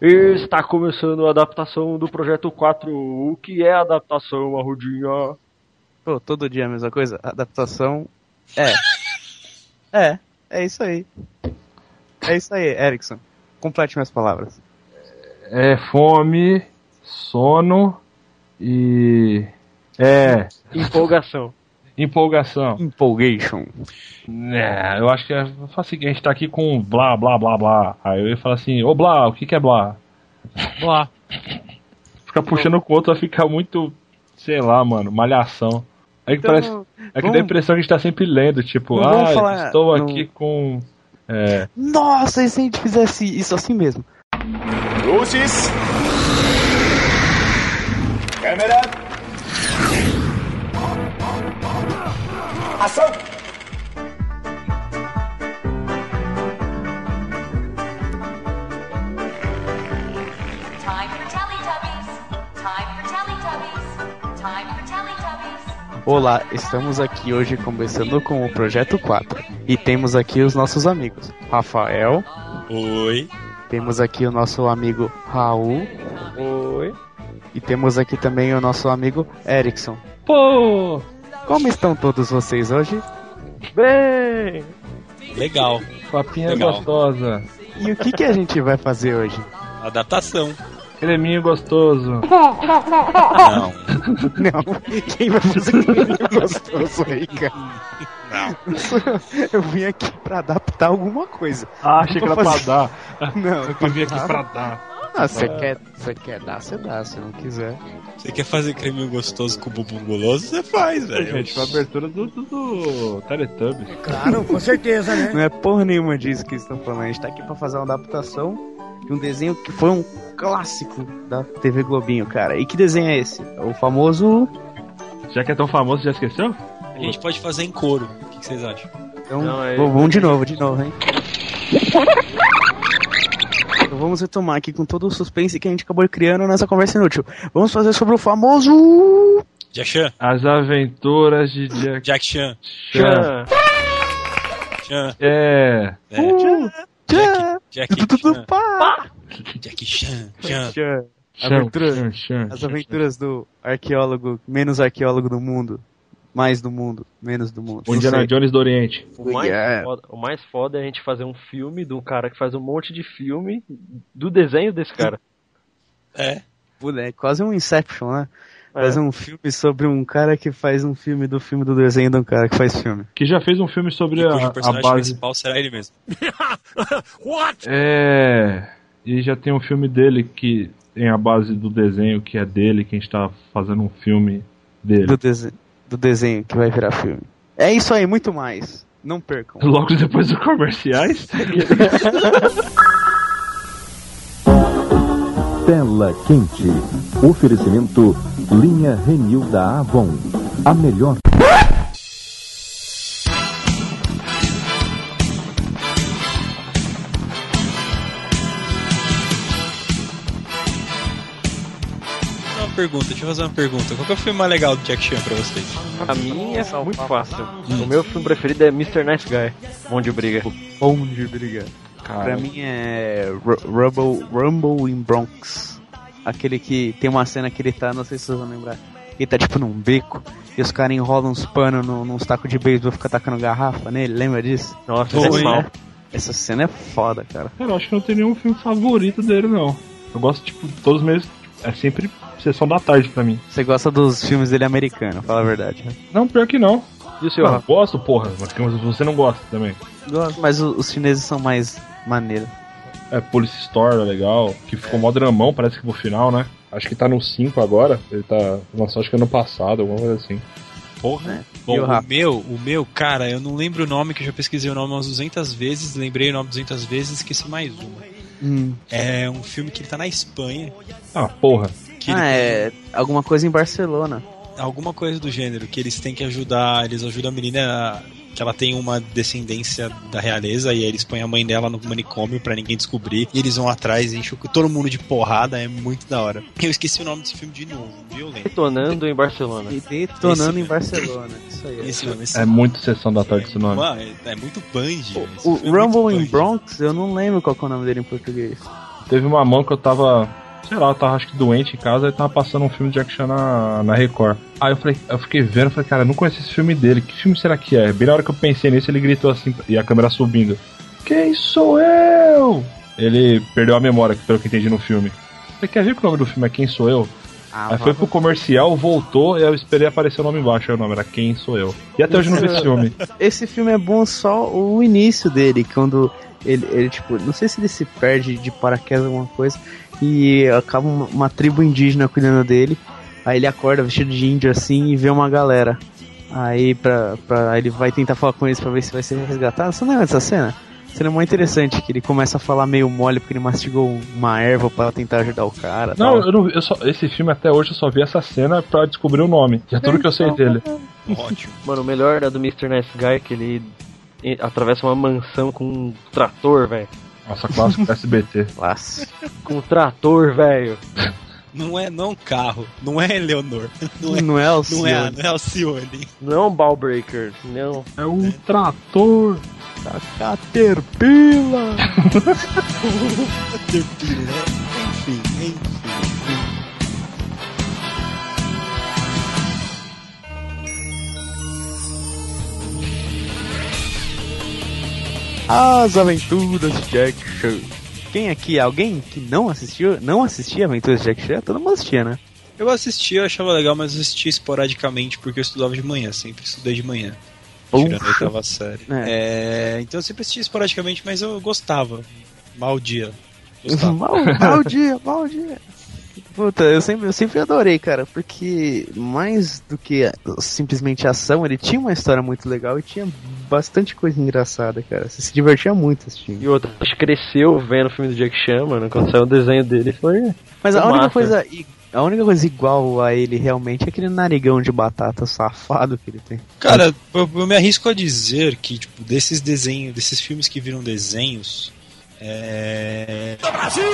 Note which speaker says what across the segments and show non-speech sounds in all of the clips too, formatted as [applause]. Speaker 1: Está começando a adaptação do Projeto 4. O que é adaptação, Arrudinha?
Speaker 2: Pô, todo dia a mesma coisa? Adaptação é. É, é isso aí. É isso aí, Erickson. Complete minhas palavras.
Speaker 3: É fome, sono e. É.
Speaker 1: Empolgação.
Speaker 3: Empolgação.
Speaker 2: Empolgation.
Speaker 3: É, eu acho que é. eu faço o seguinte, a gente tá aqui com blá blá blá blá. Aí eu ia falar assim, ô blá, o que, que é blá?
Speaker 1: Blá.
Speaker 3: Ficar puxando com o outro vai ficar muito, sei lá, mano, malhação. Aí que
Speaker 2: Então,
Speaker 3: parece. É que dá a impressão que a gente tá sempre lendo, tipo,
Speaker 2: Não vamos
Speaker 3: ah,
Speaker 2: falar
Speaker 3: estou
Speaker 2: no-
Speaker 3: aqui com. É,
Speaker 2: Nossa, e se a gente fizesse isso assim mesmo?
Speaker 4: Luzes. Câmera. Ação.
Speaker 5: Time for Teletubbies. Time for Teletubbies. Time for Teletubbies.
Speaker 2: Olá, estamos aqui hoje começando com o Projeto 4. E temos aqui os nossos amigos. Rafael,
Speaker 6: Oi.
Speaker 2: temos aqui o nosso amigo Raul.
Speaker 1: Oi.
Speaker 2: E temos aqui também o nosso amigo Erickson.
Speaker 1: Pô!
Speaker 2: Como estão todos vocês hoje?
Speaker 1: Bem!
Speaker 6: Legal.
Speaker 3: papinha
Speaker 6: Legal.
Speaker 3: gostosa.
Speaker 2: E o que, que a gente vai fazer hoje?
Speaker 6: Adaptação.
Speaker 3: Creminho gostoso.
Speaker 6: Não.
Speaker 2: Não, quem vai fazer creme gostoso aí, cara? Não. [laughs] Eu vim aqui pra adaptar alguma coisa.
Speaker 3: Ah, achei que era pra
Speaker 2: fazendo-
Speaker 3: dar.
Speaker 2: [laughs] Não,
Speaker 3: Eu que vim aqui pra dar.
Speaker 2: Ah, você quer, você quer dar, você dá, se não quiser.
Speaker 6: Você quer fazer creme gostoso com bumbum guloso? Você faz, velho.
Speaker 3: Gente, foi a abertura do, do, do Teletubbies.
Speaker 4: Claro, com certeza, né?
Speaker 2: Não é porra nenhuma disso que estão falando. A gente tá aqui pra fazer uma adaptação de um desenho que foi um clássico da TV Globinho, cara. E que desenho é esse? O famoso.
Speaker 3: Já que é tão famoso, já esqueceu?
Speaker 6: A gente pode fazer em couro. O que que vocês acham?
Speaker 2: Então,
Speaker 1: Não, é-
Speaker 2: vamos de novo, de novo, hein? Então vamos retomar aqui com todo o suspense que a gente acabou criando nessa conversa inútil. Vamos fazer sobre o famoso.
Speaker 6: Jack Chan.
Speaker 3: As aventuras de Jack
Speaker 6: Jack Chan.
Speaker 3: Chan.
Speaker 6: Chan.
Speaker 3: É.
Speaker 6: É.
Speaker 2: Uh, tchã, [laughs]
Speaker 6: Jack
Speaker 2: tu, tu, tu,
Speaker 6: Chan.
Speaker 2: pá.
Speaker 6: Jack Chan. Chan.
Speaker 2: Tchã.
Speaker 3: Chan,
Speaker 2: Aventura.
Speaker 3: Chan, Chan.
Speaker 2: As aventuras do arqueólogo, menos arqueólogo do mundo, mais do mundo, menos do mundo.
Speaker 3: O
Speaker 2: Não
Speaker 3: Indiana
Speaker 2: sei.
Speaker 3: Jones do Oriente.
Speaker 1: O mais,
Speaker 2: Yeah.
Speaker 1: foda, o mais foda é a gente fazer um filme de um cara que faz um monte de filme do desenho desse cara.
Speaker 6: É.
Speaker 2: Puta, É quase um Inception, né?
Speaker 1: É.
Speaker 2: Fazer um filme sobre um cara que faz um filme do filme do desenho de um cara que faz filme.
Speaker 3: Que já fez um filme sobre
Speaker 6: E
Speaker 3: a,
Speaker 6: cujo
Speaker 3: a
Speaker 6: personagem
Speaker 3: base.
Speaker 6: principal será ele mesmo.
Speaker 3: É. E já tem um filme dele que tem a base do desenho que é dele, que a gente tá fazendo um filme
Speaker 2: [laughs]
Speaker 3: dele.
Speaker 2: Do, dese- do desenho que vai virar filme. É isso aí, muito mais. Não percam.
Speaker 3: Logo depois dos comerciais.
Speaker 7: Tela Quente. Oferecimento Linha Renil da Avon. A melhor
Speaker 6: Deixa eu fazer uma pergunta. Deixa eu fazer uma pergunta. Qual que é o filme mais legal do Jack Chan pra vocês?
Speaker 1: Pra mim é muito fácil. O meu filme preferido é Mr. Nice Guy. Mão de briga.
Speaker 2: Bom de briga. Pra mim é Ru- Rumble, Rumble in Bronx. Aquele que tem uma cena que ele tá, não sei se vocês vão lembrar. Ele tá tipo num beco e os caras enrolam uns panos num, num saco de beisebol e fica tacando garrafa nele, lembra disso?
Speaker 1: Nossa,
Speaker 6: Boa,
Speaker 1: é
Speaker 6: hein?
Speaker 1: mal.
Speaker 2: Essa cena é foda, cara.
Speaker 3: Cara, eu acho que não tem nenhum filme favorito dele, não. Eu gosto, tipo, todos os meses. É sempre sessão da tarde pra mim.
Speaker 2: Você gosta dos filmes dele americano, fala a verdade. né?
Speaker 3: Não, pior que não.
Speaker 1: E o seu?
Speaker 3: Eu gosto, porra, mas que você não gosta também.
Speaker 2: Mas o- os chineses são mais maneiros.
Speaker 3: É, Police Store é legal, que ficou mó dramão, parece que pro final, né? Acho que tá no 5 agora. Ele tá. Nossa, acho que ano passado, alguma coisa assim.
Speaker 6: Porra.
Speaker 2: E
Speaker 6: Bom,
Speaker 2: o
Speaker 6: o
Speaker 2: Rafa?
Speaker 6: meu, o meu, cara, eu não lembro o nome, que eu já pesquisei o nome umas 200 vezes, lembrei o nome 200 vezes, esqueci mais uma.
Speaker 1: hum,
Speaker 6: É um filme que ele tá na Espanha,
Speaker 3: Ah, porra.
Speaker 6: que ele
Speaker 2: Ah, é alguma coisa em Barcelona.
Speaker 6: alguma coisa do gênero, que eles têm que ajudar, eles ajudam a menina que ela tem uma descendência da realeza e aí eles põem a mãe dela no manicômio pra ninguém descobrir e eles vão atrás e enchem todo mundo de porrada, é muito da hora. Eu esqueci o nome desse filme de novo, um violento.
Speaker 1: Detonando em Barcelona.
Speaker 2: E detonando
Speaker 6: Esse-
Speaker 2: em Barcelona. Isso aí.
Speaker 6: Esse filme, esse
Speaker 3: É muito sessão da tarde esse nome.
Speaker 6: Mano, é, é muito band.
Speaker 2: O, o Rumble in Bronx, eu não lembro qual que é o nome dele em português.
Speaker 3: Teve uma mão que eu tava. Sei lá, eu tava acho que doente em casa e tava passando um filme de action na, na Record. Aí eu falei, eu fiquei vendo, eu falei, cara, eu não conheço esse filme dele, que filme será que é? Bem na hora que eu pensei nisso, ele gritou assim, e a câmera subindo. Quem sou eu? Ele perdeu a memória, pelo que eu entendi no filme. Você quer ver que o nome do filme é Quem Sou Eu?
Speaker 2: Ah,
Speaker 3: Aí foi pro comercial, voltou e eu esperei aparecer o nome embaixo. Aí o nome era Quem Sou Eu. E até hoje eu não vi esse filme.
Speaker 2: Esse filme é bom só o início dele, quando ele, ele, tipo, não sei se ele se perde de paraquedas alguma coisa, e acaba uma, uma tribo indígena cuidando dele. Aí ele acorda vestido de índio assim e vê uma galera. Aí pra, pra, aí ele vai tentar falar com eles pra ver se vai ser resgatado. Você não lembra dessa cena? Essa cena é muito interessante, que ele começa a falar meio mole porque ele mastigou uma erva pra tentar ajudar o cara. tal.
Speaker 3: Não, eu não vi- eu só, esse filme até hoje eu só vi essa cena pra descobrir o nome. Já tudo que eu sei dele.
Speaker 6: Ótimo.
Speaker 1: Mano, o melhor é do Mr. Nice Guy, que ele e- atravessa uma mansão com um trator, velho.
Speaker 3: Nossa, clássico [laughs] do SBT.
Speaker 2: um Nossa.
Speaker 1: Com um trator, velho.
Speaker 6: Não é não é um carro, não é Eleonor, [laughs] não é,
Speaker 2: Não é o
Speaker 6: não é,
Speaker 2: Cione.
Speaker 6: não é Alcione.
Speaker 1: Não é um ball breaker, não.
Speaker 3: É um trator.
Speaker 6: é.
Speaker 2: Caterpillar!
Speaker 6: Enfim, enfim.
Speaker 2: As Aventuras de Jack Chan. Quem aqui, alguém que não assistiu, não assistia Aventuras de Jack Chan? Todo mundo assistia, né?
Speaker 6: Eu assistia, eu achava legal, mas eu assistia esporadicamente porque eu estudava de manhã, sempre estudei de manhã. Tirando a oitava série. É, então eu sempre assistia esporadicamente, mas eu gostava. Mal dia. Gostava.
Speaker 2: [laughs] mal, mal dia, mal dia. Puta, eu sempre, eu sempre adorei, cara, porque mais do que simplesmente ação, ele tinha uma história muito legal e tinha bastante coisa engraçada, cara. Você se divertia muito assistindo.
Speaker 1: E outra, a gente cresceu vendo o filme do Jack Chan, mano. Quando saiu o desenho dele, foi.
Speaker 2: Mas a
Speaker 1: Massa.
Speaker 2: única coisa. i- A única coisa igual a ele realmente é aquele narigão de batata safado que ele tem.
Speaker 6: Cara, eu, eu me arrisco a dizer que, tipo, desses desenhos, desses filmes que viram desenhos. É... Brasil!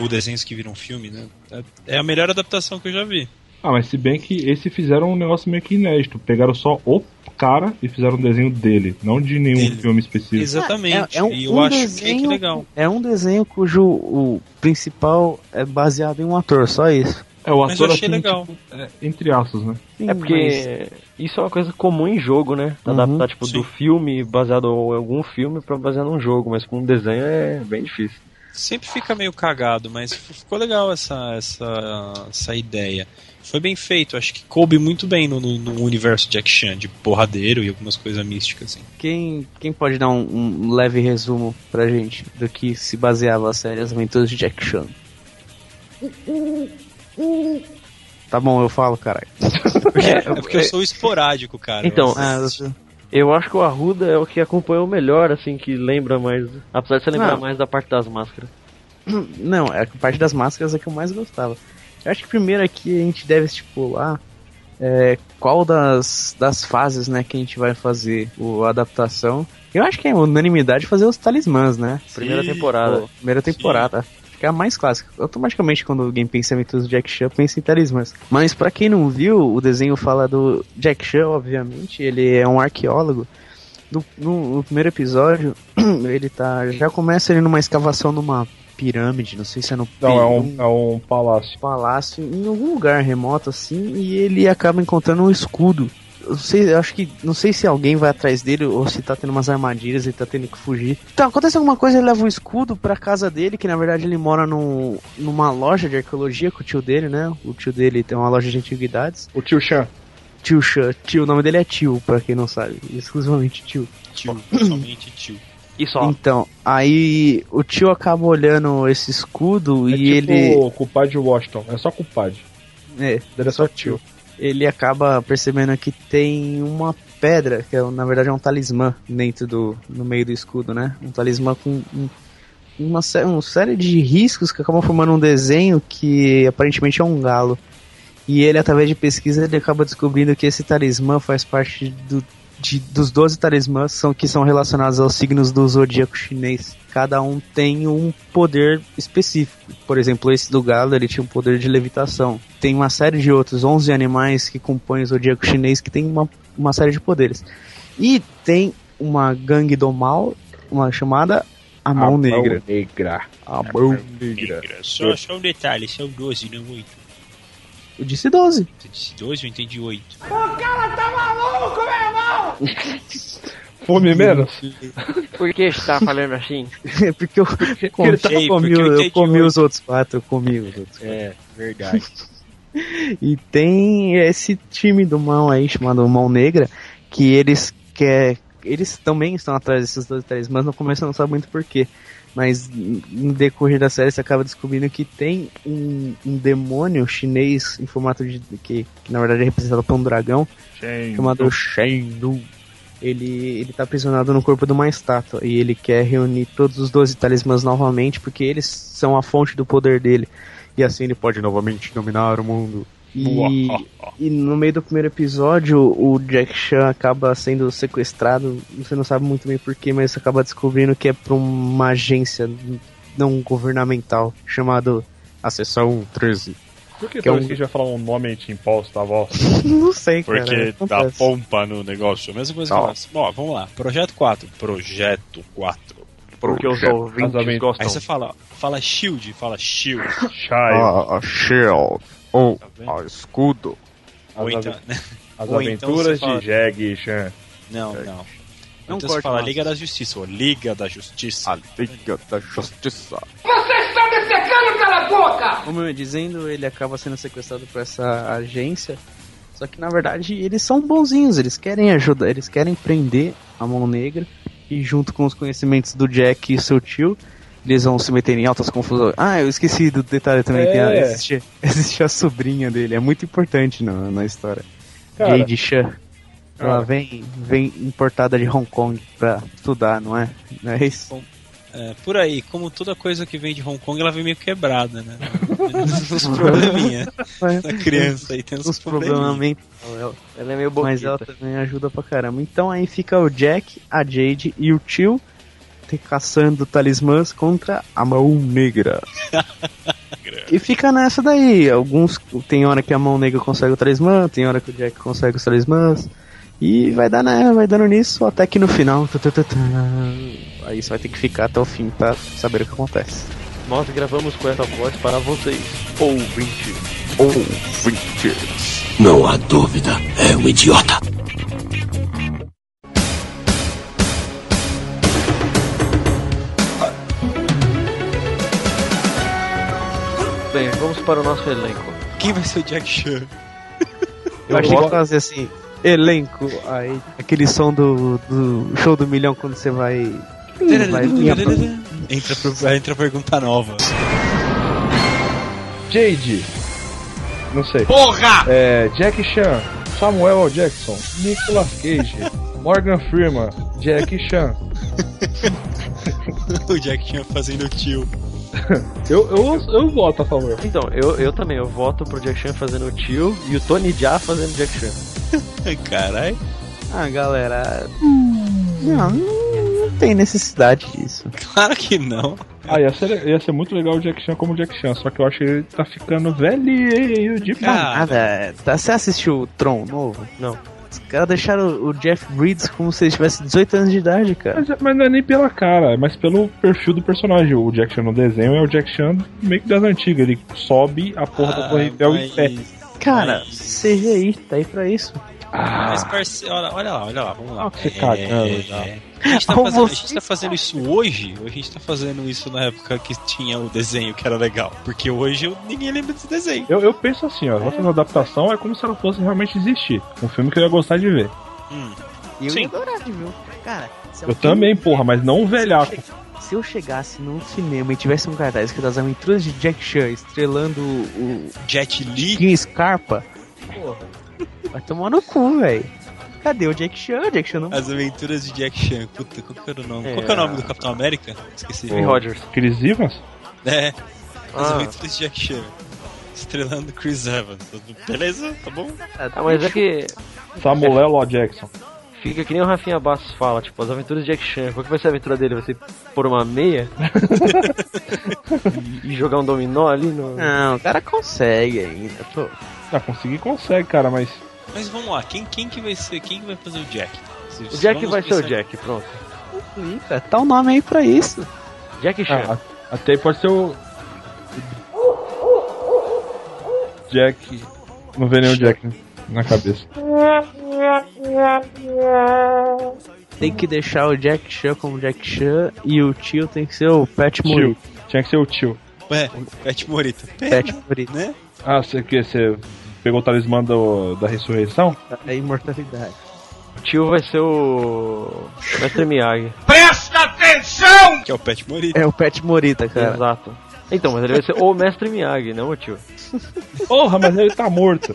Speaker 6: Ou desenhos que viram filme, né? É é a melhor adaptação que eu já vi.
Speaker 3: Ah, mas se bem que esse fizeram um negócio meio que inédito. Pegaram só o cara e fizeram um desenho dele, não de nenhum
Speaker 6: Dele.
Speaker 3: filme específico.
Speaker 6: Exatamente.
Speaker 2: É- é um-
Speaker 6: e eu
Speaker 2: um
Speaker 6: acho que,
Speaker 2: desenho-
Speaker 6: é legal.
Speaker 2: É um desenho cujo o principal é baseado em um ator, só isso.
Speaker 3: É, o
Speaker 6: Mas eu
Speaker 3: ator
Speaker 6: achei
Speaker 3: assim,
Speaker 6: legal.
Speaker 3: é, entre aspas, né?
Speaker 1: É porque isso é uma coisa comum em jogo, né?
Speaker 2: Uhum,
Speaker 1: Adaptar, tipo,
Speaker 6: sim.
Speaker 1: do filme baseado em algum filme pra basear num jogo, mas com um desenho é bem difícil.
Speaker 6: Sempre fica meio cagado, mas f- ficou legal essa, essa, essa ideia. Foi bem feito, acho que coube muito bem no, no- no universo de Action, de porradeiro e algumas coisas místicas, assim.
Speaker 2: Quem, quem pode dar um, um leve resumo pra gente do que se baseava a série As Aventuras de Jack Chan? Tá bom, eu falo, caralho.
Speaker 6: É porque eu sou esporádico, cara. eu
Speaker 1: Então,
Speaker 2: Ah,
Speaker 6: assisto.
Speaker 2: eu-
Speaker 1: Eu acho que o Arruda é o que acompanhou melhor, assim, que lembra mais. Apesar de você lembrar
Speaker 2: Não.
Speaker 1: mais da parte das máscaras.
Speaker 2: Não, é a parte das máscaras é que eu mais gostava. Eu acho que primeiro aqui a gente deve estipular é, qual das, das fases né, que a gente vai fazer o, a adaptação. Eu acho que é unanimidade fazer os talismãs, né?
Speaker 1: Primeira
Speaker 6: Sim,
Speaker 1: temporada.
Speaker 2: Pô, primeira temporada. Acho que é a mais clássica. Automaticamente, quando alguém pensa em aventuras do Jack Chan, pensa em talismãs. Mas pra quem não viu, o desenho fala do Jack Chan, obviamente. Ele é um arqueólogo. No, no- no primeiro episódio, [clears throat] ele tá. Já começa ele numa escavação numa pirâmide, não sei se é no
Speaker 3: Não, é
Speaker 2: Peru,
Speaker 3: um, é um palácio.
Speaker 2: palácio, em algum lugar remoto assim, e ele acaba encontrando um escudo. Eu sei, eu acho que não sei se alguém vai atrás dele ou se tá tendo umas armadilhas e tá tendo que fugir. Então, acontece alguma coisa, ele leva um escudo pra casa dele, que na verdade ele mora num, numa loja de arqueologia com o tio dele, né? O tio dele tem uma loja de antiguidades.
Speaker 3: O tio Chan.
Speaker 2: Tio Chan, tio, o nome dele é Tio, pra quem não sabe, exclusivamente Tio.
Speaker 6: Tio, um, somente tio.
Speaker 1: E só.
Speaker 2: Então, aí o tio acaba olhando esse escudo
Speaker 3: É
Speaker 2: e
Speaker 3: tipo
Speaker 2: ele.
Speaker 3: o culpado de Washington. É só culpado.
Speaker 2: É,
Speaker 3: Ele é só tio.
Speaker 2: ele acaba percebendo que tem uma pedra, que é, na verdade é um talismã dentro do. no meio do escudo, né? Um talismã com um- uma, sé- uma série de riscos que acabam formando um desenho que aparentemente é um galo. E ele, através de pesquisa, ele acaba descobrindo que esse talismã faz parte do, de- dos 12 talismãs são, que são relacionados aos signos do zodíaco chinês. Cada um tem um poder específico. Por exemplo, esse do galo, ele tinha um poder de levitação. Tem uma série de outros 11 animais que compõem o zodíaco chinês que tem uma, uma série de poderes. E tem uma gangue do mal, uma chamada A mão
Speaker 3: Ah,
Speaker 2: negra.
Speaker 8: negra.
Speaker 6: É,
Speaker 2: A mão
Speaker 8: Negra.
Speaker 6: Só, só um detalhe, são 12, não 8.
Speaker 2: Eu disse 12.
Speaker 6: Você disse 12, eu entendi 8.
Speaker 3: Fome menos?
Speaker 1: Por que está falando assim?
Speaker 2: [laughs] É
Speaker 6: [laughs]
Speaker 2: porque eu, porque ele tava
Speaker 6: Conchei,
Speaker 2: comi,
Speaker 6: porque eu
Speaker 2: eu
Speaker 6: entendi
Speaker 2: comi
Speaker 6: hoje.
Speaker 2: os outros quatro, eu comi os outros.
Speaker 6: É,
Speaker 3: [laughs]
Speaker 6: verdade.
Speaker 2: E tem esse time do Mão aí, chamado Mão Negra, que eles quer eles também estão atrás desses dois três, mas no começo não sabe muito porquê. Mas n- no decorrer da série você acaba descobrindo que tem um, um demônio chinês em formato de. Que, que na verdade é representado por um dragão, chamado Shen Nu. Ele, ele tá aprisionado no corpo de uma estátua e ele quer reunir todos os 12 talismãs novamente porque eles são a fonte do poder dele. E assim ele pode novamente dominar o mundo. E, e no meio do primeiro episódio, o Jack Chan acaba sendo sequestrado. Você não sabe muito bem porquê, mas você acaba descobrindo que é pra uma agência não governamental chamado [laughs] a Seção 13.
Speaker 3: Por que
Speaker 2: Que é
Speaker 3: toda
Speaker 2: um-
Speaker 3: vez que a gente vai falar um nome a gente imposta a voz?
Speaker 2: não sei, cara.
Speaker 6: Porque dá
Speaker 2: acontece.
Speaker 6: pompa no negócio. A mesma coisa que
Speaker 2: Tá.
Speaker 6: nós. Bom, vamos lá. Projeto 4. Projeto 4.
Speaker 1: Porque os ouvintes
Speaker 3: Casamento.
Speaker 1: gostam.
Speaker 6: Aí você fala, fala shield, fala shield.
Speaker 3: Shire.
Speaker 2: a shield. Ou
Speaker 6: Tá vendo?
Speaker 2: escudo.
Speaker 6: Ou
Speaker 3: as
Speaker 6: então,
Speaker 3: as
Speaker 6: ou então você
Speaker 3: aventuras
Speaker 6: fala-
Speaker 3: de Jag e Chan.
Speaker 6: não, não.
Speaker 2: Não
Speaker 6: então você
Speaker 2: corte
Speaker 6: fala
Speaker 2: mais.
Speaker 6: Liga da Justiça, ou Liga da Justiça.
Speaker 2: Liga da Justiça. Como eu ia dizendo, ele acaba sendo sequestrado por essa agência. Só que na verdade eles são bonzinhos, eles querem ajudar, eles querem prender a mão negra. E junto com os conhecimentos do Jack e seu tio, eles vão se meter em altas confusões. Ah, eu esqueci do detalhe também: tem a-
Speaker 3: É.
Speaker 2: existe, [laughs] existe a sobrinha dele, é muito importante na, na história.
Speaker 3: Cara.
Speaker 2: Jade Chan. Ela
Speaker 3: Cara.
Speaker 2: vem, vem importada de Hong Kong pra estudar, não é? Não é isso?
Speaker 6: É, por aí, como toda coisa que vem de Hong Kong, ela vem meio quebrada, né? Uns probleminha. A criança aí tem uns,
Speaker 2: Os problemas
Speaker 6: probleminha.
Speaker 2: mentais.
Speaker 1: Ela é meio
Speaker 2: Mas ela também ajuda pra caramba. Então aí fica o Jack, a Jade e o tio te- caçando talismãs contra a mão negra. e fica nessa daí. Alguns. Tem hora que a mão negra consegue o talismã, tem hora que o Jack consegue os talismãs. E vai dando, né, vai dando nisso até que no final. tu, tu, tu, tu, aí você vai ter que ficar até o fim pra saber o que acontece.
Speaker 1: Nós gravamos com essa voz para vocês, ouvintes.
Speaker 9: Não há dúvida, é um idiota.
Speaker 1: Bem, vamos para o nosso elenco.
Speaker 6: Quem vai ser o Jack Chan?
Speaker 2: Eu achei que fazer assim, elenco, aí aquele som do, do show do milhão quando você vai. vai vir a-
Speaker 6: Entra, pro, entra a pergunta nova.
Speaker 3: Jade. Não sei. Porra! É, Jack Chan. Samuel L. Jackson. Nicolas Cage.
Speaker 6: [laughs]
Speaker 3: Morgan Freeman. Jack Chan.
Speaker 6: o Jack Chan fazendo o tio.
Speaker 3: Eu, eu, eu voto a favor.
Speaker 1: Então, eu, eu também, eu voto pro Jack Chan fazendo o tio e o Tony Jaa fazendo o Jack Chan.
Speaker 6: Caralho.
Speaker 2: Ah, galera. Não, não tem necessidade disso.
Speaker 6: Claro que não.
Speaker 3: Ah, ia ser, ia ser muito legal o Jack Chan como Jack Chan, só que eu acho que ele tá ficando velhinho demais.
Speaker 6: Cara,
Speaker 2: Nada. Tá, você assistiu o Tron novo?
Speaker 1: Não.
Speaker 2: Os caras deixaram o- o Jeff Bridges como se ele tivesse 18 anos de idade, cara.
Speaker 3: Mas, mas não é nem pela cara, mas pelo perfil do personagem. O Jack Chan no desenho é o Jack Chan meio que das antigas. Ele sobe a porra da Torre Eiffel em pé.
Speaker 6: Ah, mas,
Speaker 2: Cara,
Speaker 6: mas-
Speaker 2: CGI, tá aí pra isso.
Speaker 6: mas parce... olha, olha lá, olha lá, vamos lá.
Speaker 3: Ah, que cagada, já.
Speaker 6: A gente, tá
Speaker 2: Como
Speaker 6: fazendo, a
Speaker 2: vocês
Speaker 6: gente tá fazendo isso hoje? Ou a gente tá fazendo isso na época que tinha o desenho que era legal? Porque hoje eu- ninguém lembra desse desenho.
Speaker 3: Eu, eu penso assim, ó, essa adaptação é como se ela fosse realmente existir. Um filme que eu ia gostar de ver.
Speaker 6: Hum.
Speaker 2: E eu
Speaker 6: Sim.
Speaker 2: ia adorar, viu? Cara, se
Speaker 3: Eu
Speaker 2: alguém-
Speaker 3: também, porra, mas não um velhaco.
Speaker 2: Se eu chegasse num cinema e tivesse um cartaz que das aventuras de Jack Chan estrelando o
Speaker 6: Jet Li.
Speaker 2: Kim Scarpa, vai tomar no cu, velho. Cadê o Jack Chan? O Jack Chan não.
Speaker 6: As aventuras de Jack Chan. Puta, qual que era o nome?
Speaker 1: É.
Speaker 6: Qual que é o nome do Capitão América? Esqueci.
Speaker 1: Steve Rogers.
Speaker 3: Chris Evans?
Speaker 6: É, as
Speaker 1: Ah,
Speaker 6: aventuras de Jack Chan. Estrelando Chris Evans. Beleza? Tá bom?
Speaker 1: ah, mas é que
Speaker 3: Samuel L. Jackson.
Speaker 1: fica que nem o Rafinha Bastos fala, tipo, as aventuras de Jack Chan. Qual que vai ser a aventura dele? Vai ser pôr uma meia? e, e jogar um dominó ali no...
Speaker 2: Não, o cara consegue ainda. Pô.
Speaker 3: Ah, conseguir consegue, cara, mas.
Speaker 6: Mas vamos lá, quem, quem que vai ser? Quem que vai fazer o Jack? Se-
Speaker 1: O
Speaker 6: se
Speaker 1: Jack
Speaker 6: vamos
Speaker 1: vai ser o
Speaker 6: pensar-
Speaker 1: Jack, pronto.
Speaker 2: Ih, cara, Tá o nome aí um pra isso.
Speaker 1: Jack Chan.
Speaker 3: Ah, a- até aí pode ser o. Jack. Não vê nenhum Jack na cabeça.
Speaker 2: Tem que deixar o Jack Chan como Jack Chan e o tio tem que ser o Pat
Speaker 3: Tio.
Speaker 2: Morita.
Speaker 3: Tinha que ser o tio.
Speaker 6: É, Pet Morita.
Speaker 2: Pat Morita,
Speaker 6: Né?
Speaker 3: Ah, você que você pegou o talismã do, da ressurreição?
Speaker 2: a imortalidade.
Speaker 1: O tio vai ser o. Mestre Miyagi.
Speaker 6: Que é o Pet Morita.
Speaker 2: É o Pat Morita, cara.
Speaker 1: Exato. Então, mas ele vai ser o Mestre Miyagi, não o tio.
Speaker 3: Porra, mas ele tá morto.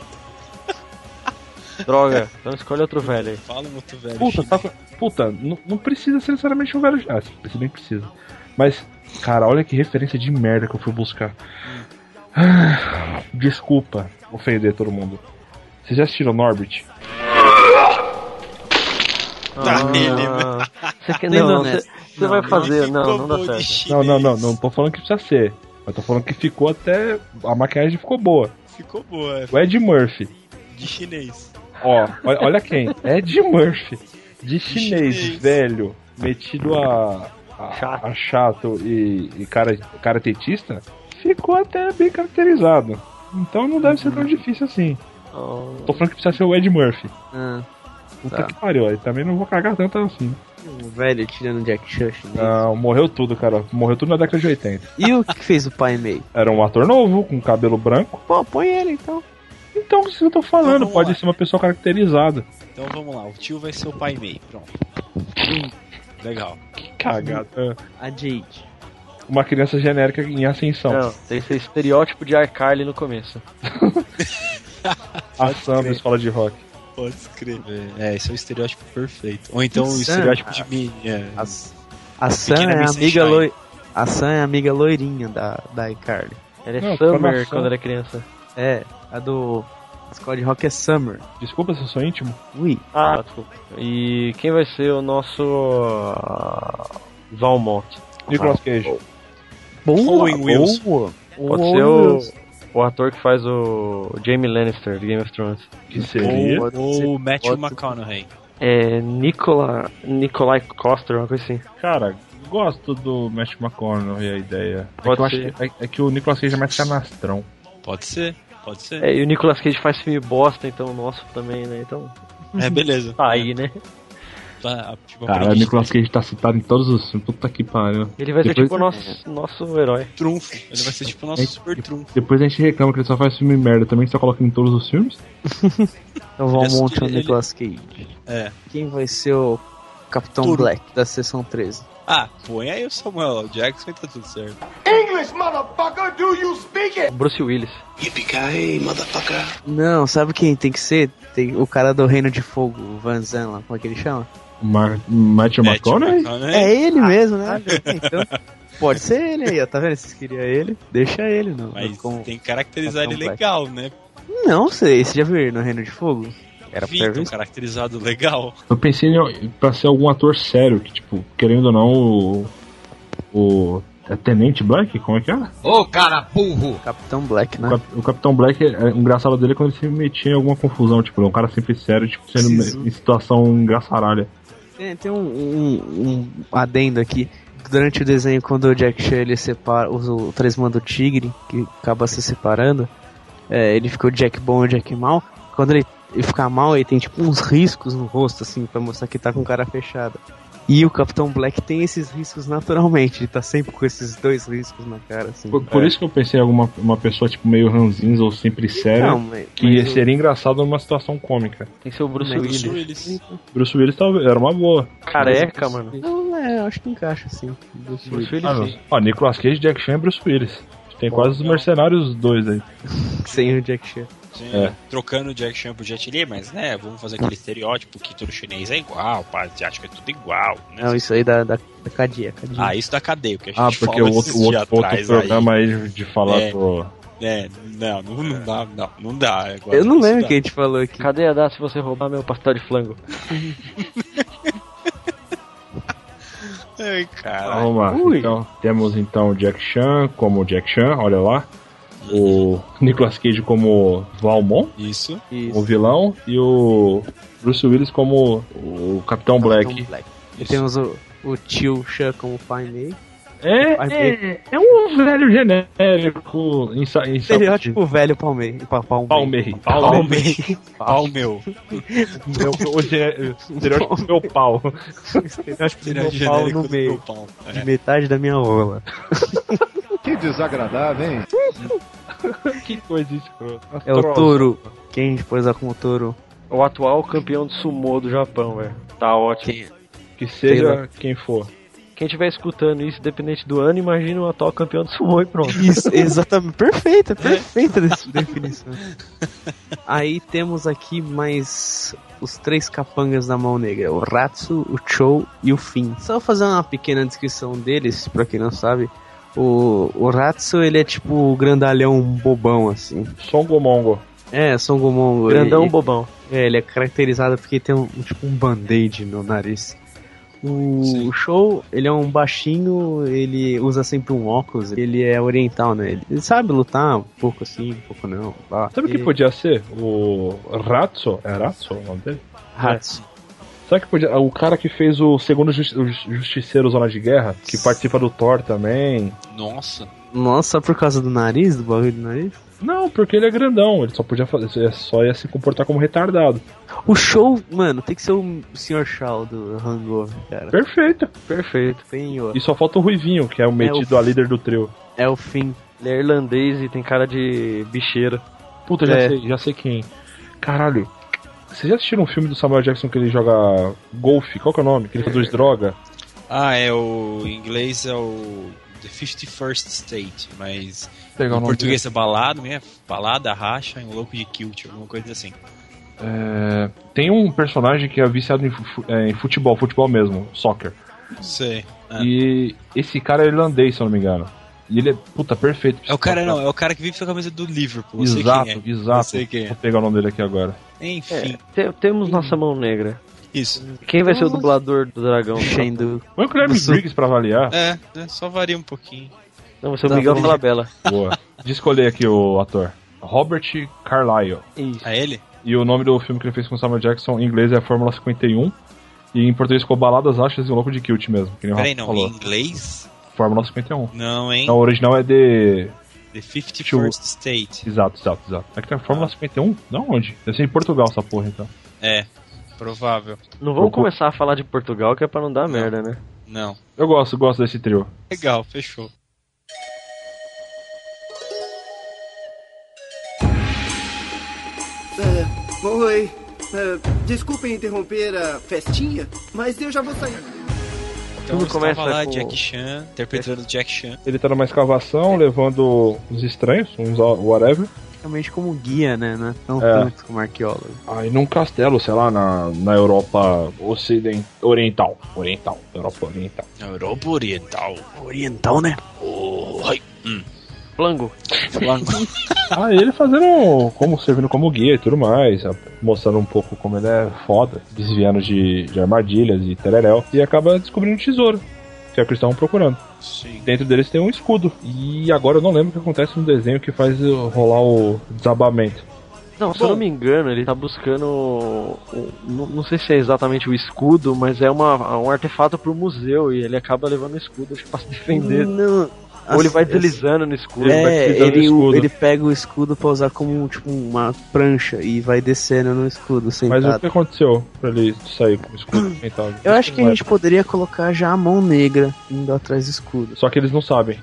Speaker 1: Droga, então escolhe outro velho
Speaker 2: [laughs]
Speaker 1: aí.
Speaker 6: Fala muito velho.
Speaker 3: Puta,
Speaker 6: Chico.
Speaker 3: tá- Puta, não, não precisa ser necessariamente um velho. Ah, se bem que precisa. Mas, cara, olha que referência de merda que eu fui buscar. Ah, Desculpa ofender todo mundo. Vocês já assistiram Norbit?
Speaker 6: Tá ele,
Speaker 1: Ah, você quer,
Speaker 2: né? Nem
Speaker 1: não, não,
Speaker 2: não, né?
Speaker 1: você você vai
Speaker 2: Não,
Speaker 1: fazer, não, não dá
Speaker 6: Ficou bom de
Speaker 1: certo.
Speaker 6: chinês.
Speaker 3: Não, não, não, não tô falando que precisa ser. Mas tô falando que ficou até. A maquiagem ficou boa.
Speaker 6: Ficou boa, é,
Speaker 3: O Ed Murphy.
Speaker 6: de chinês.
Speaker 3: Ó, olha, olha quem. Ed Murphy. De chinês,
Speaker 6: chinês.
Speaker 3: velho, metido a. a-
Speaker 1: Chato.
Speaker 3: a chato e, e cara, karatetista, ficou até bem caracterizado. Então não deve ser tão difícil assim.
Speaker 1: Oh,
Speaker 3: Tô falando que precisa ser o Ed Murphy.
Speaker 2: Ah,
Speaker 3: Puta
Speaker 2: Tá.
Speaker 3: que pariu, aí também não vou cagar tanto assim.
Speaker 2: o velho tirando Jack Chan. chinês.
Speaker 3: Não, morreu tudo, cara. Morreu tudo na década de 80.
Speaker 2: E o que fez o pai meio?
Speaker 3: Era um ator novo, com cabelo branco.
Speaker 2: Pô, põe ele então.
Speaker 3: Então, isso que eu tô falando,
Speaker 6: Então, vamos
Speaker 3: pode
Speaker 6: lá.
Speaker 3: ser uma pessoa caracterizada.
Speaker 6: Então vamos lá, o tio vai ser o pai Mei, pronto. Hum, Legal.
Speaker 3: Que cagada. É,
Speaker 2: A Jade.
Speaker 3: Uma criança genérica em ascensão.
Speaker 1: não, tem que ser estereótipo de iCarly no começo.
Speaker 3: A Sam na escola de rock.
Speaker 6: Pode escrever. É, esse é o estereótipo perfeito. Ou então o
Speaker 2: Insano.
Speaker 6: estereótipo de mim. É.
Speaker 2: A, a Sam é a
Speaker 6: Miss
Speaker 2: amiga
Speaker 6: Sunshine.
Speaker 2: loi... A Sam é a amiga loirinha da, da iCarly.
Speaker 1: Ele é
Speaker 3: Não,
Speaker 1: Summer
Speaker 3: formação.
Speaker 1: quando era criança.
Speaker 2: É, a do. A escola de rock é Summer.
Speaker 3: Desculpa se eu sou íntimo.
Speaker 2: Ui.
Speaker 1: Ah, desculpa. E quem vai ser o nosso. ah, Valmont?
Speaker 3: Nicolas Cage.
Speaker 2: Boa,
Speaker 6: Owen Wilson.
Speaker 2: boa.
Speaker 1: Pode ser o, o ator que faz o Jamie Lannister do Game of Thrones.
Speaker 3: Que seria.
Speaker 2: Pode ser.
Speaker 6: Ou o Matthew
Speaker 2: Pode-
Speaker 6: McConaughey.
Speaker 1: É. Nicola, Nicolai Coster, uma coisa assim.
Speaker 3: Cara, gosto do Matt McConaughey a ideia. É que,
Speaker 1: Pode
Speaker 3: eu acho
Speaker 1: ser.
Speaker 3: que- é- é que o Nicolas Cage é mais canastrão.
Speaker 6: Pode ser, pode ser.
Speaker 1: É, e o Nicolas Cage faz filme bosta, então o nosso também, né? Então
Speaker 6: É, beleza.
Speaker 1: tá aí, né?
Speaker 6: Tá, tipo,
Speaker 3: Cara, o Nicolas Cage tá citado em todos os filmes. Puta que pariu.
Speaker 1: Ele vai ser
Speaker 3: Depois-
Speaker 1: tipo o nosso, nosso herói.
Speaker 6: trunfo. Ele vai ser tipo o nosso
Speaker 3: É,
Speaker 6: super trunfo.
Speaker 3: Depois a gente reclama que ele só faz filme merda também, só coloca em todos os filmes.
Speaker 2: Então vamos
Speaker 6: Ele- é
Speaker 2: montar o
Speaker 6: ele-
Speaker 2: Nicolas Cage.
Speaker 6: É.
Speaker 2: Quem vai ser o Capitão
Speaker 6: Tudo.
Speaker 2: Black da sessão 13?
Speaker 6: Ah, põe aí o Samuel L. Jackson e tá tudo certo.
Speaker 4: English, motherfucker, do you speak it?
Speaker 1: O Bruce Willis.
Speaker 9: Yippee-ki-yay, motherfucker.
Speaker 2: Não, sabe quem tem que ser? Tem o cara do Reino de Fogo, o Van Zanla, como é que ele chama?
Speaker 3: Mar Matthew
Speaker 6: Matthew
Speaker 3: McConaughey?
Speaker 6: McConaughey.
Speaker 2: É ele mesmo, né? [laughs] Então, pode ser ele aí, ó, tá vendo? Vocês queriam ele, deixa ele. Não,
Speaker 6: Mas
Speaker 2: É. Com-
Speaker 6: tem que caracterizar ele
Speaker 2: Capitão
Speaker 6: legal, né?
Speaker 2: não sei, você já viu ele no Reino de Fogo? Era pra ter
Speaker 6: Vitor,
Speaker 2: visto.
Speaker 6: caracterizado legal.
Speaker 3: Eu pensei em- pra ser algum ator sério, que tipo, querendo ou não, o. o é Tenente Black? Como é que é?
Speaker 2: Capitão Black, né?
Speaker 3: O Cap- O Capitão Black, é- o engraçado dele é quando ele se metia em alguma confusão, tipo, ele é um cara sempre sério, tipo, sendo
Speaker 2: Preciso.
Speaker 3: em situação engraçaralha.
Speaker 2: Tem, tem um, um- um adendo aqui. Durante o desenho, quando o Jack Chan ele separa, usa o talismã do tigre, que acaba se separando, é, ele ficou Jack bom e Jack mal. Quando ele, ele ficar mal, ele tem tipo uns riscos no rosto, assim, pra mostrar que tá com cara fechada. E o Capitão Black tem esses riscos naturalmente, ele tá sempre com esses dois riscos na cara, assim.
Speaker 3: Por, por isso que eu pensei em alguma uma pessoa, tipo, meio ranzinza ou sempre séria,
Speaker 2: Não, mas-
Speaker 3: que
Speaker 2: mas
Speaker 3: ia
Speaker 2: o-
Speaker 3: seria engraçado numa situação cômica.
Speaker 1: Tem que ser o Bruce
Speaker 2: [laughs] Mas-
Speaker 1: Willis.
Speaker 6: Bruce Willis.
Speaker 3: Bruce Willis talvez, era uma boa.
Speaker 1: Careca, mano.
Speaker 2: Não, é, eu acho que encaixa, assim.
Speaker 1: Bruce Willis
Speaker 3: Ah,
Speaker 1: sim.
Speaker 3: não. Ó, Nicolas Cage, Jack Chan e Bruce Willis. Tem quase os mercenários os dois aí.
Speaker 2: Sem o Jack Chan.
Speaker 3: É.
Speaker 6: Trocando o Jack Chan pro Jet Li, mas né, vamos fazer aquele estereótipo que todo chinês é igual, pá, asiático é tudo igual, né?
Speaker 2: Não, isso aí da, da, da cadeia, cadeia.
Speaker 6: Ah, isso da cadeia, porque a gente
Speaker 3: Ah, porque
Speaker 6: falou
Speaker 3: o outro,
Speaker 6: esses
Speaker 3: o outro,
Speaker 6: dias
Speaker 3: outro
Speaker 6: atrás
Speaker 3: programa aí de falar
Speaker 6: É.
Speaker 3: do.
Speaker 6: aí. É, não, não, não dá, não, não dá. Agora
Speaker 2: eu não
Speaker 6: isso
Speaker 2: lembro
Speaker 6: dá.
Speaker 2: o que a gente falou aqui.
Speaker 1: Cadê a dar se você roubar meu pastel de flango?
Speaker 6: Ai, cara.
Speaker 3: Vamos lá.
Speaker 2: Ui.
Speaker 3: Então, temos então o Jack Chan como o Jack Chan, olha lá. O Nicolas Cage como Valmont.
Speaker 6: Isso.
Speaker 2: Isso.
Speaker 3: o vilão e o Bruce Willis como o Capitão, um Black.
Speaker 2: Black. E temos o, o tio Chan como pai meio.
Speaker 3: É,
Speaker 2: Mas
Speaker 3: é, é um velho genérico em, sa- em saco de
Speaker 2: Estereótipo tipo velho Palmei. pa- Palmei.
Speaker 3: Palmei. Palmei.
Speaker 6: Palmei. Palmeu.
Speaker 3: Meu, o gene- estereótipo do meu pau.
Speaker 2: Estereótipo do
Speaker 6: Seria
Speaker 2: meu pau
Speaker 6: genérico
Speaker 2: no
Speaker 6: do
Speaker 2: meio.
Speaker 6: meu pau.
Speaker 2: De
Speaker 6: É.
Speaker 2: metade da minha rola.
Speaker 4: Que desagradável, hein?
Speaker 3: que coisa escrota.
Speaker 2: É o touro. Quem pôs a como touro?
Speaker 1: O atual campeão de sumô do Japão, velho. Tá ótimo.
Speaker 2: Quem?
Speaker 3: Que seja
Speaker 2: Taylor.
Speaker 3: quem for.
Speaker 1: Quem estiver escutando isso, independente do ano, imagina o atual campeão de sumô e pronto.
Speaker 2: [laughs] Isso, exatamente. Perfeita, perfeita [laughs] dessa definição. Aí temos aqui mais os três capangas da mão negra: o Ratsu, o Chou e o Finn. Só fazer uma pequena descrição deles, pra quem não sabe. O, o Ratsu, ele é tipo o grandalhão bobão, assim.
Speaker 3: Songomongo.
Speaker 2: É, Songomongo.
Speaker 1: Grandão
Speaker 2: ele-
Speaker 1: bobão.
Speaker 2: É, ele é caracterizado porque tem um, tipo um band-aid no nariz. O Show, ele é um baixinho, ele usa sempre um óculos, ele é oriental, né? Ele sabe lutar, um pouco assim, um pouco não. Lá.
Speaker 3: Sabe o que
Speaker 2: E-
Speaker 3: podia ser? O Ratso. É Ratso o nome dele?
Speaker 2: Hatsu.
Speaker 3: Sabe que podia. O cara que fez o segundo justi o Jus- Justiceiro Zona de Guerra, que participa do Thor também.
Speaker 6: Nossa.
Speaker 2: Nossa, só por causa do nariz, do bagulho do nariz?
Speaker 3: Não, porque ele é grandão, ele só podia fazer. Só ia se comportar como retardado.
Speaker 2: O Show, mano, tem que ser o Sr. Shaw do Hangover, cara.
Speaker 3: Perfeito.
Speaker 1: Perfeito.
Speaker 2: Senhor.
Speaker 3: E só falta o Ruivinho, que é o metido a líder do trio.
Speaker 2: É o fim.
Speaker 1: Ele é irlandês e tem cara de bicheira.
Speaker 3: Puta, já,
Speaker 2: É.
Speaker 3: sei, já sei quem. Caralho. Vocês já assistiram um filme do Samuel Jackson que ele joga golfe? Qual que é o nome? Que ele produz droga?
Speaker 6: Ah, é o. Em inglês é o. The 51st State, mas
Speaker 3: Pegar o
Speaker 6: em
Speaker 3: nome dele.
Speaker 6: português é balada, né? Balada, racha, um louco de kilt, alguma coisa assim.
Speaker 3: É, tem um personagem que é viciado em, fu- é, em futebol, futebol mesmo, soccer.
Speaker 6: Sei. Ah.
Speaker 3: E esse cara é irlandês, se eu não me engano. E ele é, puta, perfeito. pra
Speaker 6: É o
Speaker 3: se
Speaker 6: cara,
Speaker 3: tratar.
Speaker 6: não, é o cara que vive com a camisa do Liverpool. Eu
Speaker 3: Exato,
Speaker 6: sei quem
Speaker 3: exato.
Speaker 6: Eu sei quem é.
Speaker 3: Vou pegar o nome dele aqui agora.
Speaker 6: é. Enfim,
Speaker 1: Te- temos nossa mão negra.
Speaker 6: isso.
Speaker 1: Quem vai ser o dublador do dragão?
Speaker 2: Shendu.
Speaker 3: Põe o Guilherme
Speaker 2: Você-
Speaker 3: Briggs pra avaliar.
Speaker 6: [laughs] É, né, só varia um pouquinho.
Speaker 1: Não, vai ser o
Speaker 2: Da
Speaker 1: Miguel
Speaker 2: mão
Speaker 1: Falabella.
Speaker 3: Boa. De escolher aqui o ator. Robert Carlyle.
Speaker 1: Isso.
Speaker 6: A É ele?
Speaker 3: E o nome do filme que ele fez com o Samuel Jackson em inglês é Fórmula 51. E em português ficou Baladas, Achas e um Louco de Kilt mesmo. Que nem o
Speaker 6: Peraí,
Speaker 3: Rafa
Speaker 6: não.
Speaker 3: falou.
Speaker 6: Em inglês?
Speaker 3: Fórmula 51.
Speaker 6: Não, hein?
Speaker 3: Não, o original é de...
Speaker 6: The 51st State.
Speaker 3: Exato, exato, exato. É que tem a Fórmula 51? Não, onde? Deve ser em Portugal essa porra, então.
Speaker 6: É, provável.
Speaker 1: Não vamos
Speaker 3: Procura-
Speaker 1: começar a falar de Portugal que é pra não dar merda, né?
Speaker 6: Não.
Speaker 3: Eu gosto, gosto desse trio.
Speaker 6: Legal, fechou.
Speaker 8: Oi. É, desculpem interromper a festinha, mas eu já vou sair.
Speaker 6: Então
Speaker 1: Tudo
Speaker 6: eu
Speaker 1: começa
Speaker 6: estava lá,
Speaker 1: com- É.
Speaker 6: Jack Chan, interpretando Jack Chan.
Speaker 3: Ele tá numa escavação, levando uns estranhos, uns a- whatever.
Speaker 2: Realmente como guia, né? Não é tão
Speaker 3: É.
Speaker 2: tanto como arqueólogo.
Speaker 3: Aí num castelo, sei lá, na, na Europa Ocident... Oriental. Oriental. Europa Oriental.
Speaker 1: [laughs]
Speaker 6: Europa Oriental.
Speaker 2: Oriental, né?
Speaker 6: Oh, ai.
Speaker 1: Flango.
Speaker 3: Ah, ele fazendo como servindo como guia e tudo mais, a- mostrando um pouco como ele é foda, desviando de, de armadilhas e tereréu, e acaba descobrindo o tesouro. Que é o que eles estavam procurando.
Speaker 6: Sim.
Speaker 3: Dentro deles tem um escudo. E agora eu não lembro o que acontece no desenho que faz rolar o desabamento.
Speaker 1: Não, se eu
Speaker 6: Bom.
Speaker 1: não me engano, ele tá buscando. o- o- Não, não sei se é exatamente o escudo, mas é uma, um artefato pro museu e ele acaba levando o escudo acho que pra se defender.
Speaker 2: Não.
Speaker 1: Ou ele vai
Speaker 2: assim,
Speaker 1: deslizando no escudo.
Speaker 3: Ele vai
Speaker 2: Hum, É,
Speaker 3: deslizando
Speaker 2: ele,
Speaker 3: o escudo.
Speaker 2: ele pega o escudo pra usar como tipo, uma prancha e vai descendo no escudo
Speaker 3: Mas
Speaker 2: sentado.
Speaker 3: o que aconteceu pra ele sair com o escudo mental?
Speaker 2: Eu acho que a gente poderia colocar já a mão negra indo atrás do escudo.
Speaker 3: Só que eles não sabem.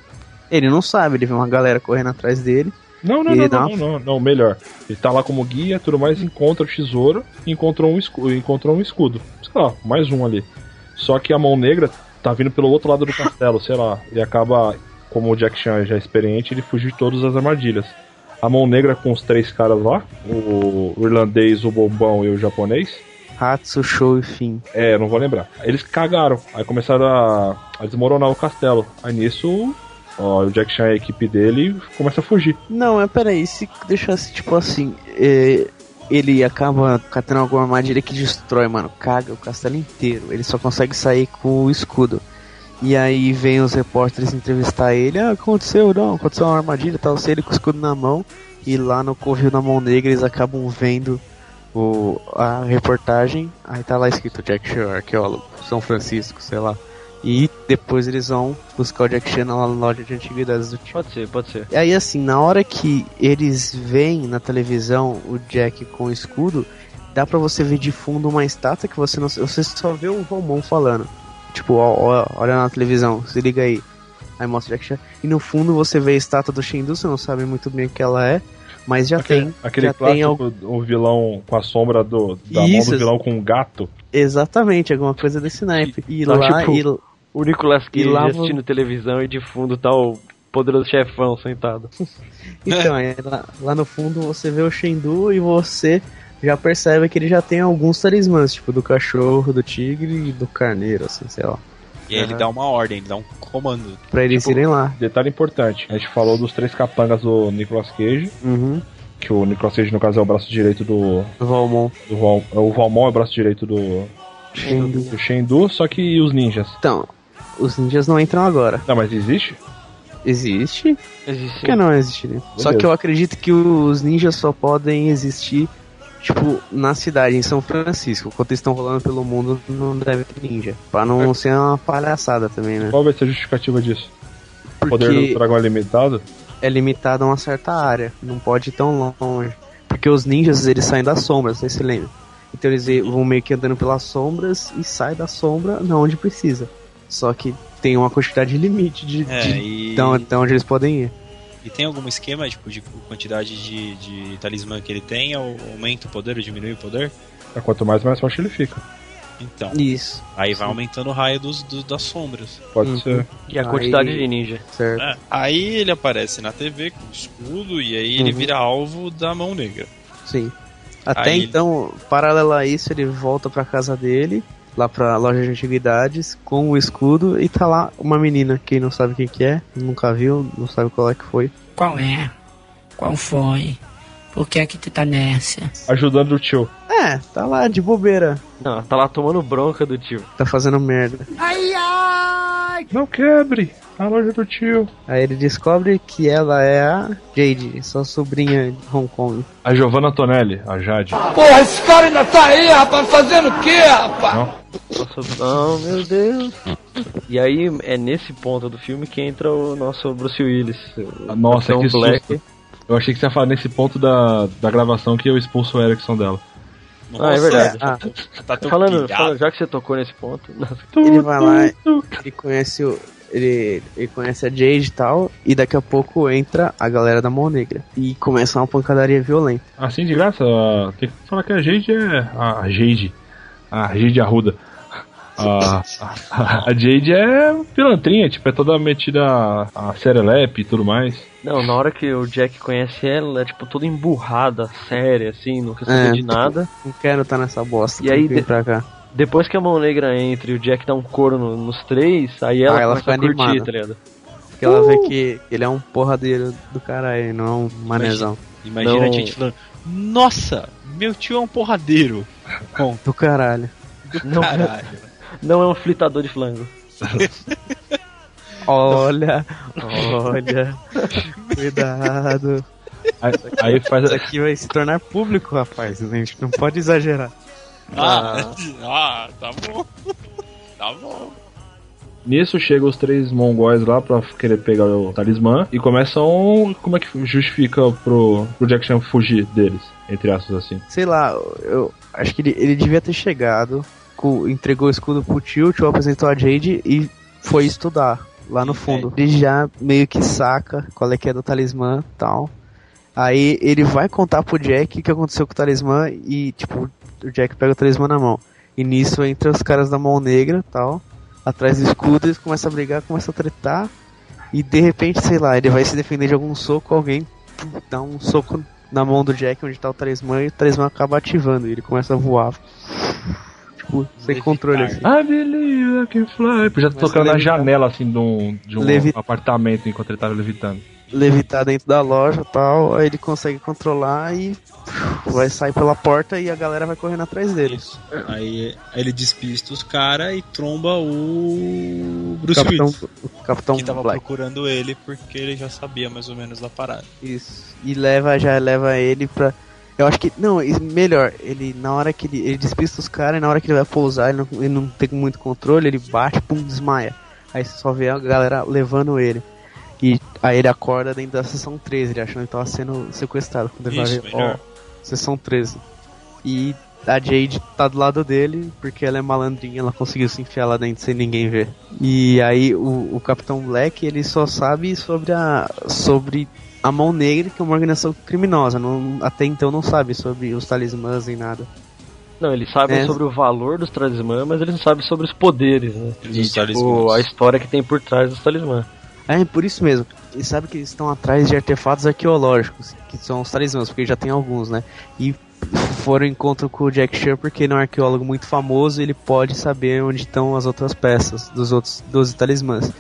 Speaker 2: Ele não sabe, ele vê uma galera correndo atrás dele.
Speaker 3: Não, não,
Speaker 2: E
Speaker 3: não,
Speaker 2: dá
Speaker 3: não,
Speaker 2: uma-
Speaker 3: não, não, não, melhor. Ele tá lá como guia, tudo mais, encontra o tesouro, encontrou um escudo, encontrou um escudo. Sei lá, mais um ali. Só que a mão negra tá vindo pelo outro lado do castelo, sei lá, e acaba, como o Jack Chan já é experiente, ele fugiu de todas as armadilhas. A mão negra com os três caras lá, o irlandês, o bombão e o japonês,
Speaker 2: Hatsu, show e fim.
Speaker 3: é, não vou lembrar. Eles cagaram, aí começaram a, a desmoronar o castelo. Aí nisso, ó, o Jack Chan e a equipe dele começa a fugir.
Speaker 2: Não, mas peraí, se deixasse tipo assim, é, ele acaba catando alguma armadilha que destrói, mano, caga o castelo inteiro. Ele só consegue sair com o escudo. E aí vem os repórteres entrevistar ele, ah, aconteceu, não, aconteceu uma armadilha e tal, se ele com o escudo na mão, e lá no Covil na Mão Negra eles acabam vendo o, a reportagem, aí tá lá escrito Jack Shore, arqueólogo, São Francisco, sei lá. E depois eles vão buscar o Jack Chan lá na loja de antiguidades do tio.
Speaker 1: Pode ser, pode ser.
Speaker 2: E aí, assim, na hora que eles veem na televisão o Jack com o escudo, dá pra você ver de fundo uma estátua que você não. Você só vê o Romão falando. Tipo, ó, ó, olha na televisão, se liga aí. Aí mostra o Jack Chan. E no fundo você vê a estátua do Shendu, você não sabe muito bem o que ela é, mas já
Speaker 3: Aquele,
Speaker 2: tem.
Speaker 3: aquele
Speaker 2: já tem
Speaker 3: clássico, o vilão com a sombra do, da mão
Speaker 2: Isso.
Speaker 3: do vilão com um gato.
Speaker 2: Exatamente, alguma coisa desse naipe. E
Speaker 1: Então,
Speaker 2: lá.
Speaker 1: tipo,
Speaker 2: e l-
Speaker 1: O Nicolas Cage
Speaker 2: lá vo-
Speaker 1: assistindo televisão e de fundo tá o poderoso chefão sentado.
Speaker 2: Então, é, lá, lá no fundo você vê o Shendu e você já percebe que ele já tem alguns talismãs, tipo do cachorro, do tigre e do carneiro, assim, sei lá.
Speaker 6: E aí ele dá uma ordem, ele dá um comando.
Speaker 2: Pra eles irem lá.
Speaker 3: Detalhe importante, a gente falou dos três capangas do Nicolas Cage,
Speaker 2: Uhum.
Speaker 3: que o Nicolas Cage, no caso, é o braço direito do...
Speaker 2: Valmon.
Speaker 3: do Val- é o Valmon é o braço direito do... do Shendu, só que e os ninjas?
Speaker 2: Então, os ninjas não entram agora.
Speaker 3: Não, mas existe?
Speaker 2: Existe?
Speaker 1: Existe.
Speaker 2: Por que não existiria? Só que eu acredito que os ninjas só podem existir, tipo, na cidade, em São Francisco. Enquanto eles estão rolando pelo mundo, não deve ter ninja. Pra não ser uma palhaçada também, né?
Speaker 3: Qual vai ser a justificativa disso? O poder do
Speaker 2: Porque
Speaker 3: dragão é limitado?
Speaker 2: é limitado a uma certa área, não pode ir tão longe. Porque os ninjas, eles saem das sombras, não sei se você lembra. Então eles vão meio que andando pelas sombras e sai da sombra na onde precisa. Só que tem uma quantidade limite de,
Speaker 6: É,
Speaker 2: de
Speaker 6: e,
Speaker 2: então, até onde eles podem ir.
Speaker 6: e tem algum esquema, tipo, de quantidade de, de talismã que ele tem? Ou aumenta o poder ou diminui o poder?
Speaker 3: É, Quanto mais, mais forte ele fica.
Speaker 6: Então,
Speaker 2: Isso,
Speaker 6: aí vai aumentando o raio dos, do- das sombras.
Speaker 3: Pode
Speaker 2: Uhum.
Speaker 3: ser.
Speaker 1: E a quantidade
Speaker 2: Aí-
Speaker 1: de ninja.
Speaker 2: certo.
Speaker 6: É, aí ele aparece na TV com o escudo e aí ele
Speaker 2: Uhum.
Speaker 6: vira alvo da mão negra.
Speaker 1: Ah,
Speaker 2: Sim. Até
Speaker 6: É. Aí-
Speaker 2: então, paralelo a isso, ele volta pra casa dele, lá pra loja de antiguidades, com o escudo, e tá lá uma menina que não sabe quem que é, nunca viu, não sabe qual é que foi.
Speaker 10: Qual é? Qual foi? Por que é que tu tá nessa?
Speaker 3: Ajudando o tio.
Speaker 2: É, tá lá de bobeira.
Speaker 1: Não, tá lá tomando bronca do tio.
Speaker 2: tá fazendo merda.
Speaker 3: Não quebre! A loja do tio.
Speaker 2: Aí ele descobre que ela é a Jade, sua sobrinha de Hong Kong.
Speaker 3: A Giovanna Tonelli, a Jade.
Speaker 9: Porra, esse cara ainda tá aí, rapaz, fazendo o quê, rapaz?
Speaker 1: Nossa, não, meu Deus. E aí é nesse ponto do filme que entra o nosso Bruce Willis. o
Speaker 3: Nossa,
Speaker 1: Capitão
Speaker 3: que susto. Eu achei que você ia falar nesse ponto da, da gravação que eu expulso o Erickson dela.
Speaker 1: Ah, é verdade.
Speaker 2: Ah,
Speaker 6: Tá tão
Speaker 1: Falando,
Speaker 6: pilhado.
Speaker 1: falando, já que você tocou nesse ponto, [laughs] nossa,
Speaker 2: ele vai lá, ele conhece o. Ele, ele conhece a Jade e tal, e daqui a pouco entra a galera da mão negra. E começa uma pancadaria violenta.
Speaker 3: Assim de graça, ah, tem que falar que a Jade é. A Jade. A Jade Arruda. A, a, a Jade é pilantrinha, tipo, é toda metida a, a serelepe e tudo mais.
Speaker 1: Não, na hora que o Jack conhece ela, é tipo toda emburrada, séria, assim, não quer saber
Speaker 2: É.
Speaker 1: de nada.
Speaker 2: Não quero estar nessa bosta.
Speaker 1: E
Speaker 2: tem
Speaker 1: aí
Speaker 2: que vir
Speaker 1: de-
Speaker 2: pra cá.
Speaker 1: Depois que a mão negra entra e o Jack dá um couro no- nos três, aí ela,
Speaker 2: Ah, ela
Speaker 1: começa a
Speaker 2: fica
Speaker 1: curtir,
Speaker 2: animada.
Speaker 1: tá
Speaker 2: [laughs]
Speaker 1: ligado?
Speaker 2: Porque ela
Speaker 1: Uh!
Speaker 2: vê que ele é um porradeiro do caralho, não é um manezão.
Speaker 6: Imagina a
Speaker 1: Não.
Speaker 6: gente falando: Nossa, meu tio é um porradeiro. Bom,
Speaker 2: Do caralho.
Speaker 1: Não,
Speaker 6: caralho.
Speaker 1: não é um fritador de flango.
Speaker 2: Olha,
Speaker 1: [laughs]
Speaker 2: olha. cuidado.
Speaker 3: Aí, aí faz.
Speaker 2: Isso aqui vai se tornar público, rapaz. A gente não pode exagerar.
Speaker 6: Ah, [laughs] ah, tá bom. Tá bom.
Speaker 3: Nisso chegam os três mongóis lá pra querer pegar o talismã e começam. Como é que justifica pro, pro Jack Chan fugir deles? Entre aspas assim.
Speaker 2: sei lá, eu acho que ele, ele devia ter chegado, co- entregou o escudo pro tio, o tio apresentou a Jade e foi estudar lá no fundo. Ele já meio que saca qual é que é do talismã tal. Aí ele vai contar pro Jack o que aconteceu com o talismã e, tipo, o Jack pega o talismã na mão. E nisso entra os caras da mão negra tal, atrás do escudo, eles começam a brigar, começam a tretar. E de repente, sei lá, ele vai se defender de algum soco, alguém dá um soco na mão do Jack onde tá o talismã e o talismã acaba ativando e ele começa a voar. Tipo, sem controle assim.
Speaker 3: Ah, beleza, que fly. Podia
Speaker 2: Começa
Speaker 3: tocar
Speaker 2: a
Speaker 3: na
Speaker 2: levitar.
Speaker 3: janela assim de um, de um
Speaker 2: Levi-
Speaker 3: apartamento enquanto ele tava levitando.
Speaker 2: Levitar dentro da loja e tal, aí ele consegue controlar e vai sair pela porta e a galera vai correndo atrás dele.
Speaker 6: Aí, aí ele despista os caras e tromba o Bruce
Speaker 2: Capitão,
Speaker 6: Willis.
Speaker 2: o Capitão
Speaker 6: Que tava
Speaker 2: Black.
Speaker 6: procurando ele porque ele já sabia mais ou menos da parada.
Speaker 2: Isso. E leva, já leva ele pra. Eu acho que. Não, e melhor, ele na hora que ele, ele despista os caras e na hora que ele vai pousar, ele não, ele não tem muito controle, ele bate, pum, desmaia. Aí você só vê a galera levando ele. E aí ele acorda dentro da sessão 13, ele achando que tava sendo sequestrado. Quando ele
Speaker 6: Isso,
Speaker 2: vai ver, ó,
Speaker 6: melhor.
Speaker 2: sessão 13. E a Jade tá do lado dele, porque ela é malandrinha, ela conseguiu se enfiar lá dentro sem ninguém ver. E aí o, o Capitão Black, ele só sabe sobre a. sobre a Mão Negra, que é uma organização criminosa. Não, até então não sabe sobre os talismãs nem nada.
Speaker 1: Não, eles sabem
Speaker 2: É.
Speaker 1: sobre o valor dos talismãs, mas eles não sabem sobre os poderes, né?
Speaker 6: Dos
Speaker 1: E, tipo,
Speaker 6: talismãs.
Speaker 1: a história que tem por trás dos talismãs.
Speaker 2: É, por isso mesmo. E sabe que eles estão atrás de artefatos arqueológicos, que são os talismãs, porque já tem alguns, né? E foram em encontro com o Jack Sher, porque ele é um arqueólogo muito famoso, ele pode saber onde estão as outras peças dos outros 12 talismãs.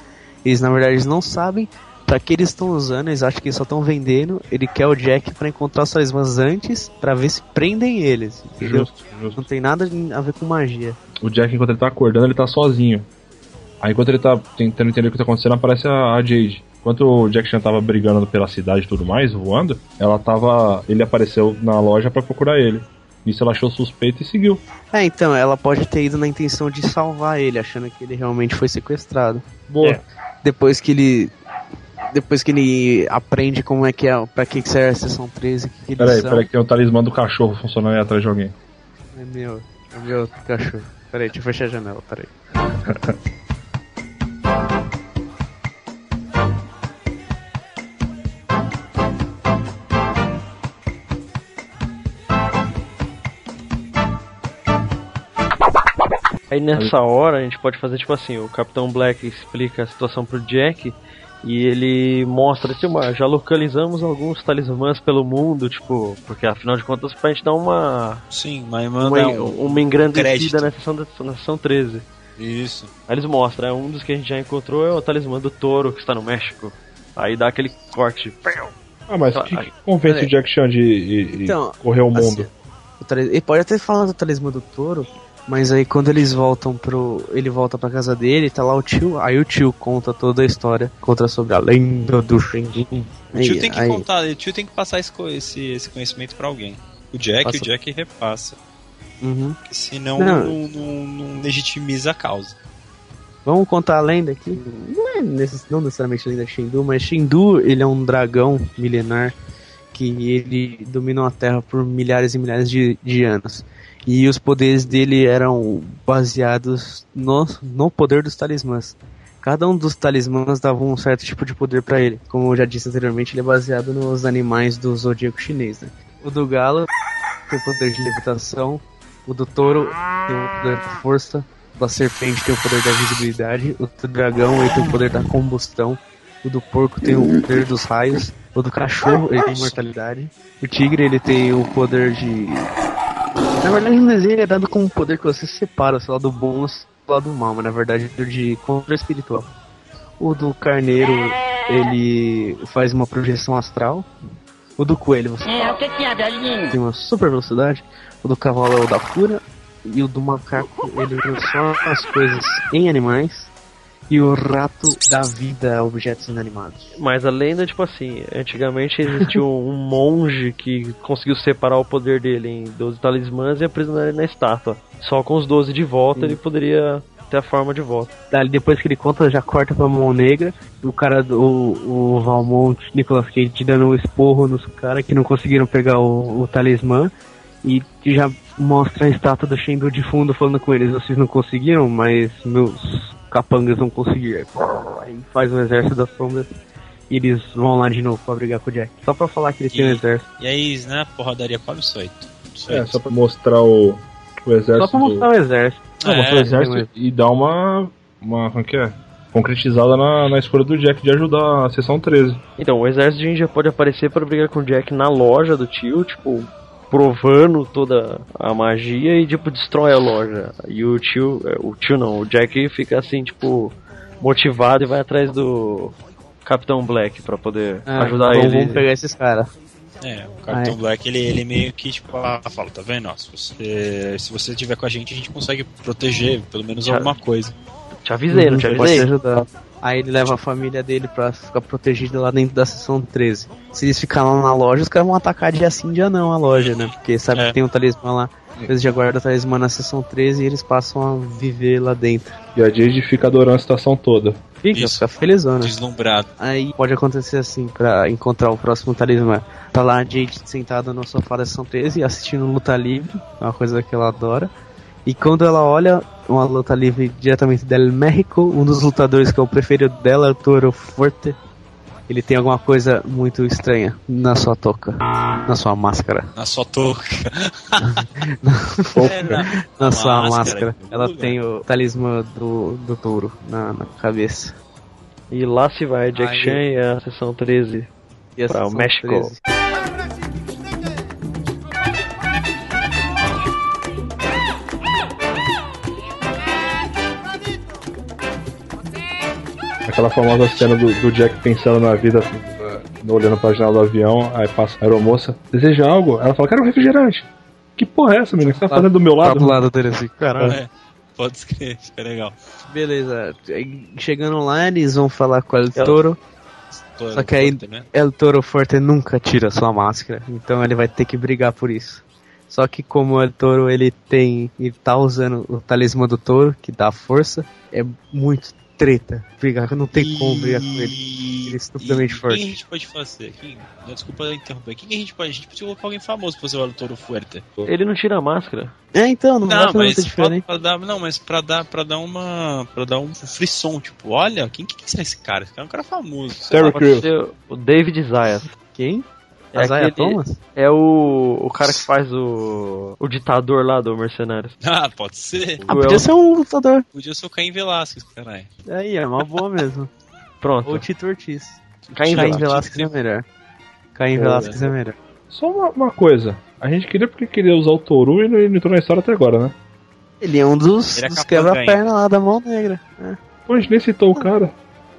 Speaker 2: Eles, na verdade, eles não sabem pra que eles estão usando, eles acham que eles só estão vendendo. Ele quer o Jack pra encontrar os talismãs antes, pra ver se prendem eles, entendeu?
Speaker 3: Justo, justo.
Speaker 2: Não tem nada a ver com magia.
Speaker 3: o Jack, enquanto ele tá acordando, ele tá sozinho. Aí, enquanto ele tá tentando entender o que tá acontecendo, aparece a, a Jade. Enquanto o Jack Chan tava brigando pela cidade e tudo mais, voando, ela tava. Ele apareceu na loja pra procurar ele. Nisso ela achou suspeito e seguiu.
Speaker 2: É, então, ela pode ter ido na intenção de salvar ele, achando que ele realmente foi sequestrado.
Speaker 3: Boa.
Speaker 1: É.
Speaker 2: Depois que ele. Depois que ele aprende como é que é, pra que, que serve a sessão 13, o que, que eles
Speaker 3: Peraí,
Speaker 2: são.
Speaker 3: peraí, que tem um talismã do cachorro funcionando aí atrás de alguém.
Speaker 2: É meu, é meu cachorro. Peraí, deixa eu fechar a janela, peraí.
Speaker 1: Aí nessa hora a gente pode fazer tipo assim, o Capitão Black explica a situação pro Jack e ele mostra, tipo, "Ah, já localizamos alguns talismãs pelo mundo, tipo, porque afinal de contas pra gente dar uma
Speaker 6: Sim, mas
Speaker 1: uma,
Speaker 6: manda um.
Speaker 1: uma engrandecida
Speaker 6: crédito.
Speaker 1: na sessão, da, na sessão 13.
Speaker 6: Isso.
Speaker 1: Aí eles mostram, é, um dos que a gente já encontrou é o talismã do touro que está no México. Aí dá aquele corte.
Speaker 3: Ah, mas o
Speaker 1: Ah,
Speaker 3: que,
Speaker 1: aí.
Speaker 3: que convence
Speaker 2: Peraí.
Speaker 3: o Jack Chan de, de- de
Speaker 2: Então,
Speaker 3: correr o
Speaker 2: assim,
Speaker 3: mundo?
Speaker 2: o talis- Ele pode até falar do talismã do touro, mas aí quando eles voltam pro. ele volta pra casa dele, tá lá o tio, aí o tio conta toda a história, conta sobre a lenda do Xinguin.
Speaker 6: O tio tem que contar, o tio tem que passar esse, co- esse, esse conhecimento pra alguém. O Jack,
Speaker 2: Passa.
Speaker 6: o Jack repassa.
Speaker 2: uhum.
Speaker 6: Porque senão
Speaker 2: Não.
Speaker 6: não. não- não legitimiza a causa.
Speaker 2: Vamos contar a lenda aqui? Não é necess- não necessariamente a lenda Shindu, mas Shindu ele é um dragão milenar que ele dominou a Terra por milhares e milhares de, de anos. E os poderes dele eram baseados no, no poder dos talismãs. Cada um dos talismãs dava um certo tipo de poder pra ele. Como eu já disse anteriormente, ele é baseado nos animais do zodíaco chinês. Né? O do galo tem o poder de levitação, o do touro tem o poder da força, o da serpente tem o poder da visibilidade, o do dragão ele tem o poder da combustão, o do porco tem o poder dos raios, o do cachorro ele tem imortalidade, o tigre ele tem o poder de. Na verdade, no desenho ele é dado como um poder que você separa, sei lá, do bom sei lá do mal, mas na verdade é de contra espiritual. O do carneiro ele faz uma projeção astral. O do coelho você
Speaker 9: É, o que que é, velhinho?
Speaker 2: tem uma super velocidade, o do cavalo é o da cura, e o do macaco ele transforma as coisas em animais, e o rato dá vida a objetos inanimados.
Speaker 1: Mas a lenda, tipo assim, antigamente existiu um monge que conseguiu separar o poder dele em 12 talismãs e aprisionar ele na estátua. Só com os 12 de volta ele poderia ter a forma de volta.
Speaker 2: Dali, depois que ele conta, já corta pra mão negra, o cara, do- o, o Valmont, Nicolas Cage, dando um esporro nos caras que não conseguiram pegar o, o talismã, e já mostra a estátua do Shendu de fundo falando com eles, vocês não conseguiram, mas meus capangas vão conseguir. Aí faz um exército das sombras e eles vão lá de novo pra brigar com o Jack. Só pra falar que ele tem um
Speaker 6: E-
Speaker 2: exército.
Speaker 6: E aí, né, porradaria quase o soito.
Speaker 3: É, só pra mostrar o, o exército.
Speaker 2: Só pra mostrar o exército. Ah,
Speaker 3: do... Não, mostrar o
Speaker 6: É,
Speaker 3: exército e dar uma. uma como que é? Concretizada na, na escolha do Jack de ajudar a sessão 13.
Speaker 1: Então, o exército de ninja pode aparecer para brigar com o Jack na loja do tio, tipo, provando toda a magia e, tipo, destrói a loja. E o tio, é, o tio não, o Jack fica assim, tipo, motivado e vai atrás do Capitão Black para poder ajudar
Speaker 2: então
Speaker 1: ele.
Speaker 6: né?
Speaker 2: Vamos pegar esses caras.
Speaker 6: É, o Capitão Black, ele, ele meio que, tipo, ela fala, tá vendo? Ó, se você, se você tiver com a gente, a gente consegue proteger, pelo menos
Speaker 1: Já-
Speaker 6: alguma coisa.
Speaker 1: Te avisei, não te
Speaker 2: Pode
Speaker 1: avisei?
Speaker 2: Uhum. te ajudar. Aí ele leva a família dele pra ficar protegida lá dentro da seção 13. Se eles ficarem lá na loja, os caras vão atacar dia sim, dia não a loja, né? Porque sabe
Speaker 6: É.
Speaker 2: que tem um talismã lá. Eles já guardam o talismã na seção 13 e eles passam a viver lá dentro.
Speaker 3: E a Jade fica adorando a situação toda.
Speaker 2: Fica,
Speaker 6: Isso.
Speaker 2: fica né? felizona.
Speaker 6: Deslumbrado.
Speaker 2: Aí pode acontecer assim, pra encontrar o próximo talismã. Tá lá a Jade sentada no sofá da Sessão 13 assistindo Luta Livre, é uma coisa que ela adora. E quando ela olha uma luta livre diretamente del México, um dos lutadores que é o preferido dela, o Toro Forte, ele tem alguma coisa muito estranha na sua touca, na sua máscara.
Speaker 6: Na sua touca. [laughs] É, na-
Speaker 2: Na sua máscara.
Speaker 6: máscara, em algum
Speaker 2: Ela
Speaker 6: lugar.
Speaker 2: tem o talismã do, do touro na, na cabeça.
Speaker 1: E lá se vai, Jack
Speaker 2: Aí.
Speaker 1: Chan e a sessão 13.
Speaker 2: E a
Speaker 1: Pra o
Speaker 2: Sessão
Speaker 1: México.
Speaker 2: 13
Speaker 3: Aquela famosa cena do, do Jack pensando na vida, assim, na- olhando pra janela do avião, aí passa a aeromoça, deseja algo? Ela fala, quero um refrigerante. Que porra é essa, menina? O que você tá fazendo do meu
Speaker 2: Tá
Speaker 3: lado?
Speaker 2: do lado dele assim, caralho.
Speaker 6: É, pode escrever, fica legal.
Speaker 2: Beleza, chegando lá eles vão falar com o El Toro.
Speaker 6: Tô-
Speaker 2: Só que aí-
Speaker 6: né?
Speaker 2: El Toro Forte nunca tira sua máscara, então ele vai ter que brigar por isso. Só que como o El Toro ele tem e tá usando o talismã do touro, que dá força, é muito treta. Brigar, não tem como brigar com ele. Ele é estupidamente
Speaker 6: e
Speaker 2: forte.
Speaker 6: Quem a gente pode fazer? Quem, não, desculpa eu interromper. Quem que a gente pode? A gente precisa colocar alguém famoso pra ser o Toro Fuerte.
Speaker 1: Ele não tira a máscara.
Speaker 2: É, então, não, vai
Speaker 6: Não,
Speaker 2: fazer muita
Speaker 6: mas pra,
Speaker 2: diferença.
Speaker 6: pra dar, não, mas pra dar, pra dar uma. pra dar um frisson, tipo, olha, quem que, que será esse cara? Esse cara é um cara
Speaker 2: [laughs]
Speaker 6: famoso. sei lá.
Speaker 3: Terry
Speaker 1: Pode
Speaker 3: Crews.
Speaker 1: ser o David Zayas.
Speaker 2: Quem?
Speaker 1: É
Speaker 2: A Zaya
Speaker 1: aquele-
Speaker 2: Thomas?
Speaker 1: É o, o cara que faz o, o ditador lá do Mercenários.
Speaker 6: Ah, pode ser.
Speaker 2: Ah,
Speaker 1: o El-
Speaker 2: podia ser um lutador.
Speaker 6: Podia ser o Caim Velasquez, caralho.
Speaker 2: Aí, é uma boa mesmo. [laughs] Ou
Speaker 1: Pronto,
Speaker 2: Tito Ortiz.
Speaker 1: Caim
Speaker 2: Caim
Speaker 1: Velasquez.
Speaker 2: Velasquez é melhor. Caim Velasquez é melhor.
Speaker 3: Só uma, uma coisa. A gente queria porque queria usar o Toru e não, ele não entrou na história até agora, né?
Speaker 2: Ele é um dos,
Speaker 6: Ele é
Speaker 2: dos
Speaker 6: capanga
Speaker 2: quebra-perna lá da mão negra. né?
Speaker 3: Pô, a gente nem citou o cara.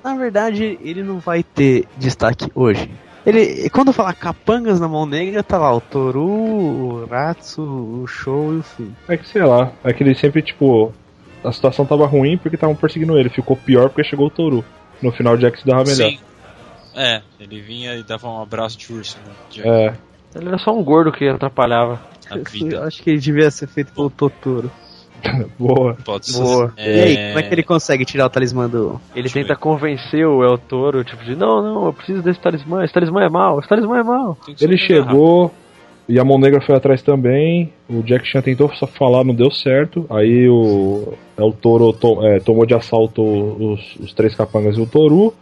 Speaker 2: Na verdade, ele não vai ter destaque hoje. Ele, quando falar capangas na mão negra, tá lá o Toru, o Ratsu, o Show e o Finn.
Speaker 3: É que sei lá. É que ele sempre, tipo. A situação tava ruim porque estavam perseguindo ele. Ficou pior porque chegou o Toru. No final o Jack se dava melhor.
Speaker 6: Sim. É, ele vinha e dava um abraço de urso né, de-
Speaker 3: É.
Speaker 1: Ele era só um gordo que atrapalhava.
Speaker 6: na
Speaker 2: Eu
Speaker 6: vida.
Speaker 2: acho que ele devia ser feito pelo Totoro.
Speaker 3: Boa.
Speaker 6: Pode ser.
Speaker 2: Boa. E aí, como é que ele consegue tirar o talismã do.
Speaker 1: Ele
Speaker 6: Deixa eu
Speaker 1: tenta convencer o El Toro, tipo de, não, não, eu preciso desse talismã, esse talismã é mau, esse talismã é mau.
Speaker 6: tem que
Speaker 2: né,
Speaker 3: Ele
Speaker 6: ser
Speaker 3: chegou. E a mão negra foi atrás também. O Jack Chan tentou só falar, não deu certo. Aí o. é, O Toro to- é, tomou de assalto os, os três capangas e o Toru.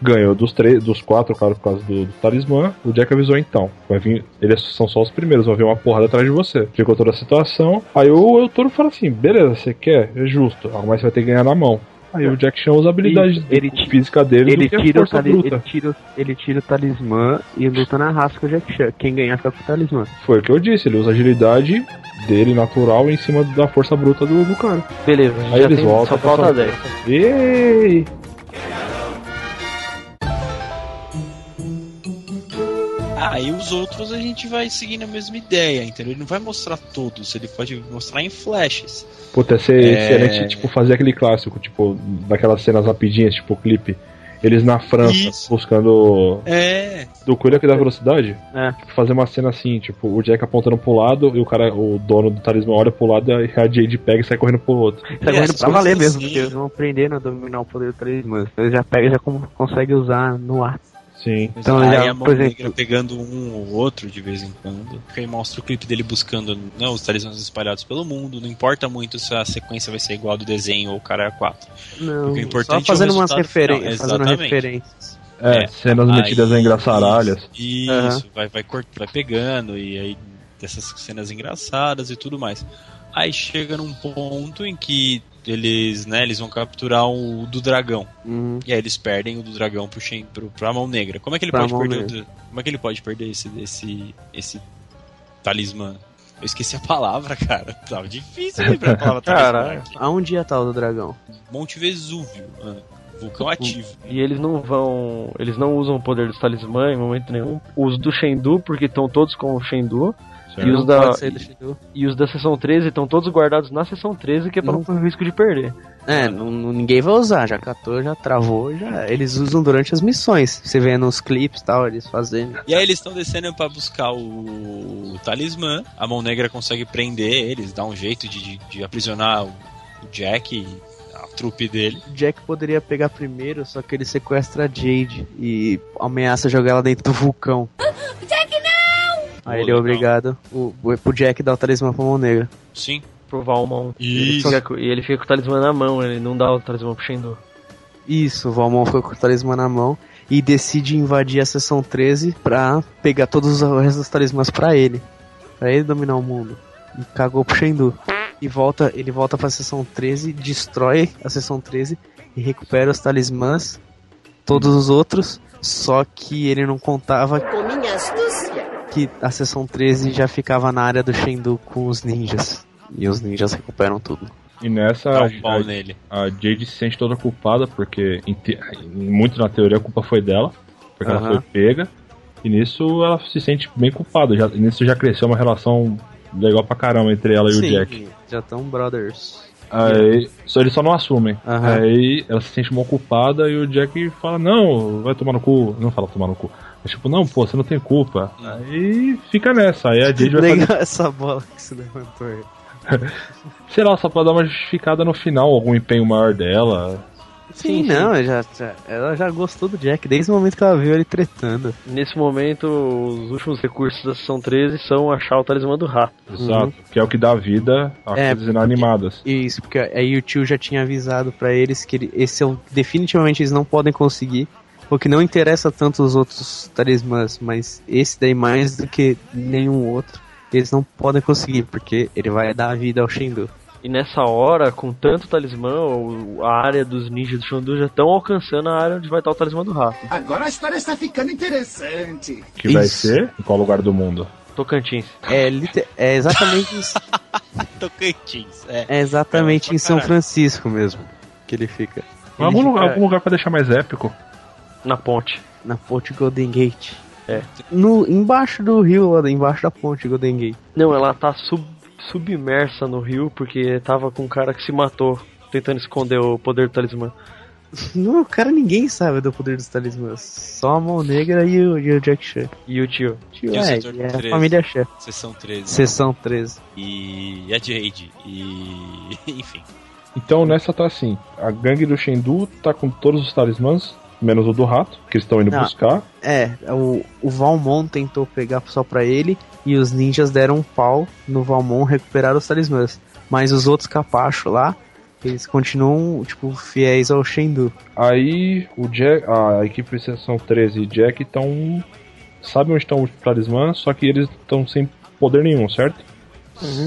Speaker 3: Ganhou dos, três, dos quatro, claro, por causa do, do talismã. O Jack avisou então. Vai vir. Eles são só os primeiros, vai vir uma porrada atrás de você. Ficou toda a situação. Aí o, o Toro fala assim: beleza, você quer? É justo. Ah, mas você vai ter que ganhar na mão. Aí o Jack Chan usa a habilidade
Speaker 2: Ele-
Speaker 3: de- física dele
Speaker 2: Ele
Speaker 3: do que a
Speaker 2: tira, o
Speaker 3: força
Speaker 2: tali-
Speaker 3: bruta.
Speaker 2: ele, tira, o- ele tira o talismã e luta na raça com o Jack Chan. Quem ganhar fica com o talismã.
Speaker 3: Foi o que eu disse, ele usa a agilidade dele natural em cima da força bruta do, do cara.
Speaker 1: Beleza, a gente
Speaker 3: Aí
Speaker 1: já
Speaker 3: eles
Speaker 1: tem,
Speaker 3: voltam tá
Speaker 1: só
Speaker 3: pra
Speaker 1: falta
Speaker 3: São
Speaker 1: 10.
Speaker 3: Ei!
Speaker 6: Ah, e os outros a gente vai seguindo a mesma ideia, entendeu? Ele não vai mostrar todos, ele pode mostrar em flashes.
Speaker 3: Puta, ia ser
Speaker 6: É.
Speaker 3: excelente, tipo, fazer aquele clássico, tipo, daquelas cenas rapidinhas, tipo, clipe. Eles na França,
Speaker 6: Isso.
Speaker 3: buscando
Speaker 6: É,
Speaker 3: do coelho que dá velocidade.
Speaker 2: É.
Speaker 3: Tipo, fazer uma cena assim, tipo, o Jack apontando pro lado e o cara, o dono do talismã olha pro lado e a Jade pega e sai correndo pro outro.
Speaker 2: Tá
Speaker 6: É,
Speaker 2: correndo
Speaker 6: essas
Speaker 2: pra valer
Speaker 6: coisas
Speaker 2: mesmo,
Speaker 6: assim.
Speaker 2: porque eles vão aprendendo a dominar o poder do talismã. Então Eles já pegam e já com- conseguem usar no ar.
Speaker 3: Sim.
Speaker 2: Então,
Speaker 6: aí
Speaker 2: já,
Speaker 6: a mão
Speaker 2: por exemplo-
Speaker 6: negra pegando um ou outro de vez em quando. Aí mostra o clipe dele buscando né, os talismãs espalhados pelo mundo. Não importa muito se a sequência vai ser igual a do desenho ou o cara é 4.
Speaker 2: Não,
Speaker 6: Porque o
Speaker 2: só
Speaker 6: importante
Speaker 2: fazendo
Speaker 6: é o
Speaker 2: umas
Speaker 6: resultado
Speaker 2: referências.
Speaker 6: final,
Speaker 2: Fazendo
Speaker 6: exatamente.
Speaker 2: referências.
Speaker 3: É,
Speaker 6: É.
Speaker 3: cenas metidas em engraçaralhas.
Speaker 6: Isso,
Speaker 2: Aham.
Speaker 6: vai, vai, cort- vai pegando e aí dessas cenas engraçadas e tudo mais. Aí chega num ponto em que eles, né, eles vão capturar o do dragão.
Speaker 2: Hum.
Speaker 6: E aí eles perdem o do dragão pro, Shen, pro pra mão negra. Como é que ele
Speaker 2: Pra
Speaker 6: pode
Speaker 2: mão
Speaker 6: perder o do- Como é que ele pode perder esse, esse, esse talismã? Eu esqueci a palavra, [laughs] cara. Tava difícil lembrar a palavra talismã
Speaker 1: Caralho.
Speaker 6: aqui.
Speaker 2: Aonde ia tal do tá dragão?
Speaker 6: Monte Vesúvio. Ah,
Speaker 2: Uhum.
Speaker 6: Vulcão ativo.
Speaker 1: E eles não vão. Eles não usam o poder dos talismã em momento nenhum. Os do Shendu, porque estão todos com o Shendu. E os,
Speaker 2: Não
Speaker 1: da,
Speaker 2: pode sair do Shendu.
Speaker 1: e os da sessão 13 estão todos guardados na sessão 13, que é pra não correr risco de perder.
Speaker 6: Ah.
Speaker 2: É, não- não- ninguém vai usar, já catou, já travou, já. Eles usam durante as missões. Você vê nos clipes e tal, eles fazendo.
Speaker 6: E aí eles estão descendo pra buscar o, o talismã. A mão negra consegue prender eles, dá um jeito de, de, de aprisionar o o Jack e a trupe dele.
Speaker 2: Jack poderia pegar primeiro, só que ele sequestra a Jade e ameaça jogar ela dentro do vulcão.
Speaker 5: [laughs] Jack, não!
Speaker 2: Aí ele é obrigado o, o- pro Jack dar o talismã pra mão negra.
Speaker 6: Sim.
Speaker 1: Provar uma mão. E ele,
Speaker 2: Isso.
Speaker 1: fica, com- e ele fica com o talismã na mão, ele não dá o talismã pro Shendu.
Speaker 2: Isso, o Valmon ficou com o talismã na mão e decide invadir a seção 13 pra pegar todos os o resto dos talismãs pra ele. Pra ele dominar o mundo. E cagou pro Shendu. E volta, ele volta pra seção 13, destrói a seção 13 e recupera os talismãs, todos os outros, só que ele não contava
Speaker 11: Com minha astúcia.
Speaker 2: que a seção 13 já ficava na área do Shendu com os ninjas. E os ninjas recuperam tudo.
Speaker 3: E nessa.
Speaker 2: Dá um
Speaker 3: a-
Speaker 2: pau
Speaker 3: a,
Speaker 6: nele.
Speaker 3: a Jade se sente toda culpada, porque em te- muito na teoria a culpa foi dela, porque ela
Speaker 2: Aham.
Speaker 3: foi pega. E nisso ela se sente bem culpada. Já, nisso já cresceu uma relação legal pra caramba entre ela e o Jack.
Speaker 2: já estão brothers.
Speaker 3: Aí, só eles só não assumem.
Speaker 2: Aham.
Speaker 3: Aí ela se sente mal culpada e o Jack fala: Não, vai tomar no cu. Não fala tomar no cu. Mas tipo, não, pô, você não tem culpa. Aí fica nessa. Aí a Jade vai
Speaker 2: Legal
Speaker 3: fazer.
Speaker 2: essa bola que se levantou aí.
Speaker 3: Sei lá, só pra dar uma justificada no final, algum empenho maior dela.
Speaker 2: Sim, não, já, já- ela já gostou do Jack desde o momento que ela viu ele tretando.
Speaker 1: Nesse momento, os últimos recursos da sessão 13 são achar o talismã do rato.
Speaker 3: Exato. Que é o que dá vida a
Speaker 2: Uhum. É,
Speaker 3: coisas inanimadas.
Speaker 2: Isso, porque aí o tio já tinha avisado pra eles que ele- esse é o, definitivamente eles não podem conseguir. Porque não interessa tanto os outros talismãs, mas esse daí mais do que nenhum outro. Eles não podem conseguir, porque ele vai dar a vida ao Shendu.
Speaker 1: E nessa hora, com tanto talismã, o- a área dos ninjas do Shondu já estão alcançando a área onde vai estar o talismã do rato.
Speaker 4: Agora a história está ficando interessante.
Speaker 3: Que vai ser em qual lugar do mundo?
Speaker 1: Tocantins.
Speaker 2: É, lite- é exatamente [laughs] isso.
Speaker 6: Tocantins,
Speaker 2: É exatamente em São Francisco mesmo que ele fica.
Speaker 3: Em algum,
Speaker 2: Ele
Speaker 3: lugar,
Speaker 2: fica-
Speaker 3: algum lugar pra deixar mais épico.
Speaker 1: Na ponte.
Speaker 2: Na ponte Golden Gate.
Speaker 1: É.
Speaker 2: No, embaixo do rio, lá embaixo da ponte Golden Gate.
Speaker 1: Não, ela tá sub- submersa no rio porque tava com um cara que se matou tentando esconder o poder do talismã.
Speaker 2: Não, cara, ninguém sabe do poder dos talismãs. Só a mão negra e o, e o Jack Chan.
Speaker 1: E o tio.
Speaker 2: Tio,
Speaker 6: E o
Speaker 2: é,
Speaker 6: setor
Speaker 2: e a
Speaker 6: 13.
Speaker 2: família Chan.
Speaker 6: Sessão 13.
Speaker 2: Sessão 13.
Speaker 6: E a Jade. E. [laughs] Enfim.
Speaker 3: Então nessa tá assim, a gangue do Shendu tá com todos os talismãs, menos o do rato, que eles estão indo
Speaker 2: Não.
Speaker 3: buscar.
Speaker 2: É, o, o Valmon tentou pegar só pra ele e os ninjas deram um pau no Valmon recuperaram os talismãs. Mas os outros capachos lá, eles continuam, tipo, fiéis ao Shendu.
Speaker 3: Aí o Jack, a equipe de sessão 13 e Jack estão. Sabem onde estão os talismãs, só que eles estão sem poder nenhum, certo?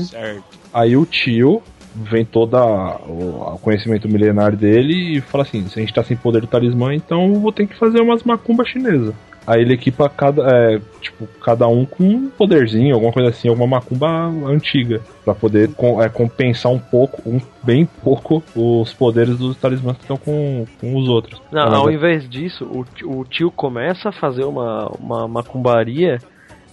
Speaker 6: Certo.
Speaker 3: Aí o tio vem todo o o conhecimento milenário dele e fala assim: se a gente tá sem poder do talismã, então eu vou ter que fazer umas macumbas chinesas. Aí ele equipa cada, é, tipo, cada um com um poderzinho, alguma coisa assim, alguma macumba antiga, Pra poder com- é, compensar um pouco, um bem pouco, os poderes dos talismãs que estão com, com os outros.
Speaker 1: Não,
Speaker 3: Mas-
Speaker 1: ao invés disso, o, ti- o tio começa a fazer uma, uma macumbaria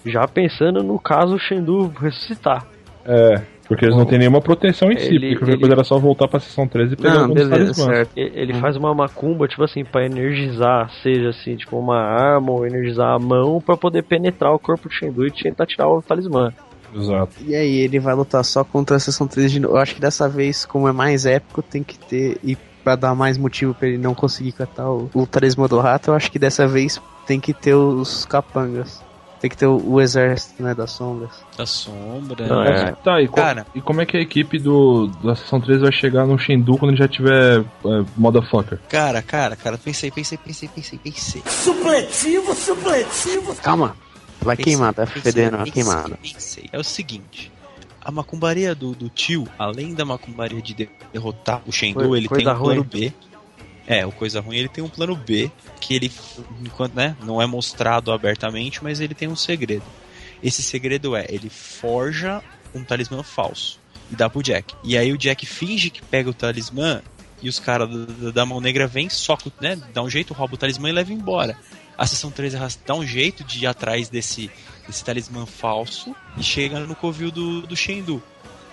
Speaker 1: já pensando no caso o Shendu ressuscitar.
Speaker 3: É, porque eles não têm nenhuma proteção em si,
Speaker 1: Ele-
Speaker 3: porque qualquer
Speaker 1: ele-
Speaker 3: coisa era só voltar pra sessão 13 e
Speaker 6: Ah,
Speaker 3: pegar um dos talismãs.
Speaker 1: E- Ele faz uma macumba, tipo assim, pra energizar, seja assim, tipo uma arma ou energizar a mão pra poder penetrar o corpo do Shendu e tentar tirar o talismã.
Speaker 3: Exato.
Speaker 2: E aí ele vai lutar só contra a sessão 3 de novo. Eu acho que dessa vez, como é mais épico, tem que ter. E pra dar mais motivo pra ele não conseguir catar o, o talismã do rato, eu acho que dessa vez tem que ter os capangas. Tem que ter o, o exército, né, das sombras.
Speaker 6: Da sombra.
Speaker 3: Não, é. Tá, e, co- e como é que a equipe do, da sessão 13 vai chegar no Shendu quando ele já tiver é, motherfucker?
Speaker 6: Cara, cara, cara, pensei, pensei, pensei, pensei, pensei.
Speaker 9: Supletivo, supletivo.
Speaker 2: Calma. Vai
Speaker 6: Pensei,
Speaker 2: queimar, tá
Speaker 6: pensei,
Speaker 2: fedendo, vai
Speaker 6: pensei,
Speaker 2: queimada.
Speaker 6: pensei. É o seguinte. A macumbaria do, do tio, além da macumbaria de de- derrotar o Shendu,
Speaker 1: Coi-
Speaker 6: ele tem
Speaker 1: coisa
Speaker 6: um plano
Speaker 1: ruim.
Speaker 6: B. É, o coisa ruim, ele tem um plano B, que ele, enquanto, né, não é mostrado abertamente, mas ele tem um segredo. Esse segredo é, ele forja um talismã falso e dá pro Jack. E aí o Jack finge que pega o talismã e os caras da, da mão negra vêm, soca, né? Dá um jeito, rouba o talismã e leva embora. A sessão 13 arrasta- dá um jeito de ir atrás desse, desse talismã falso e chega no covil do, do Shendu.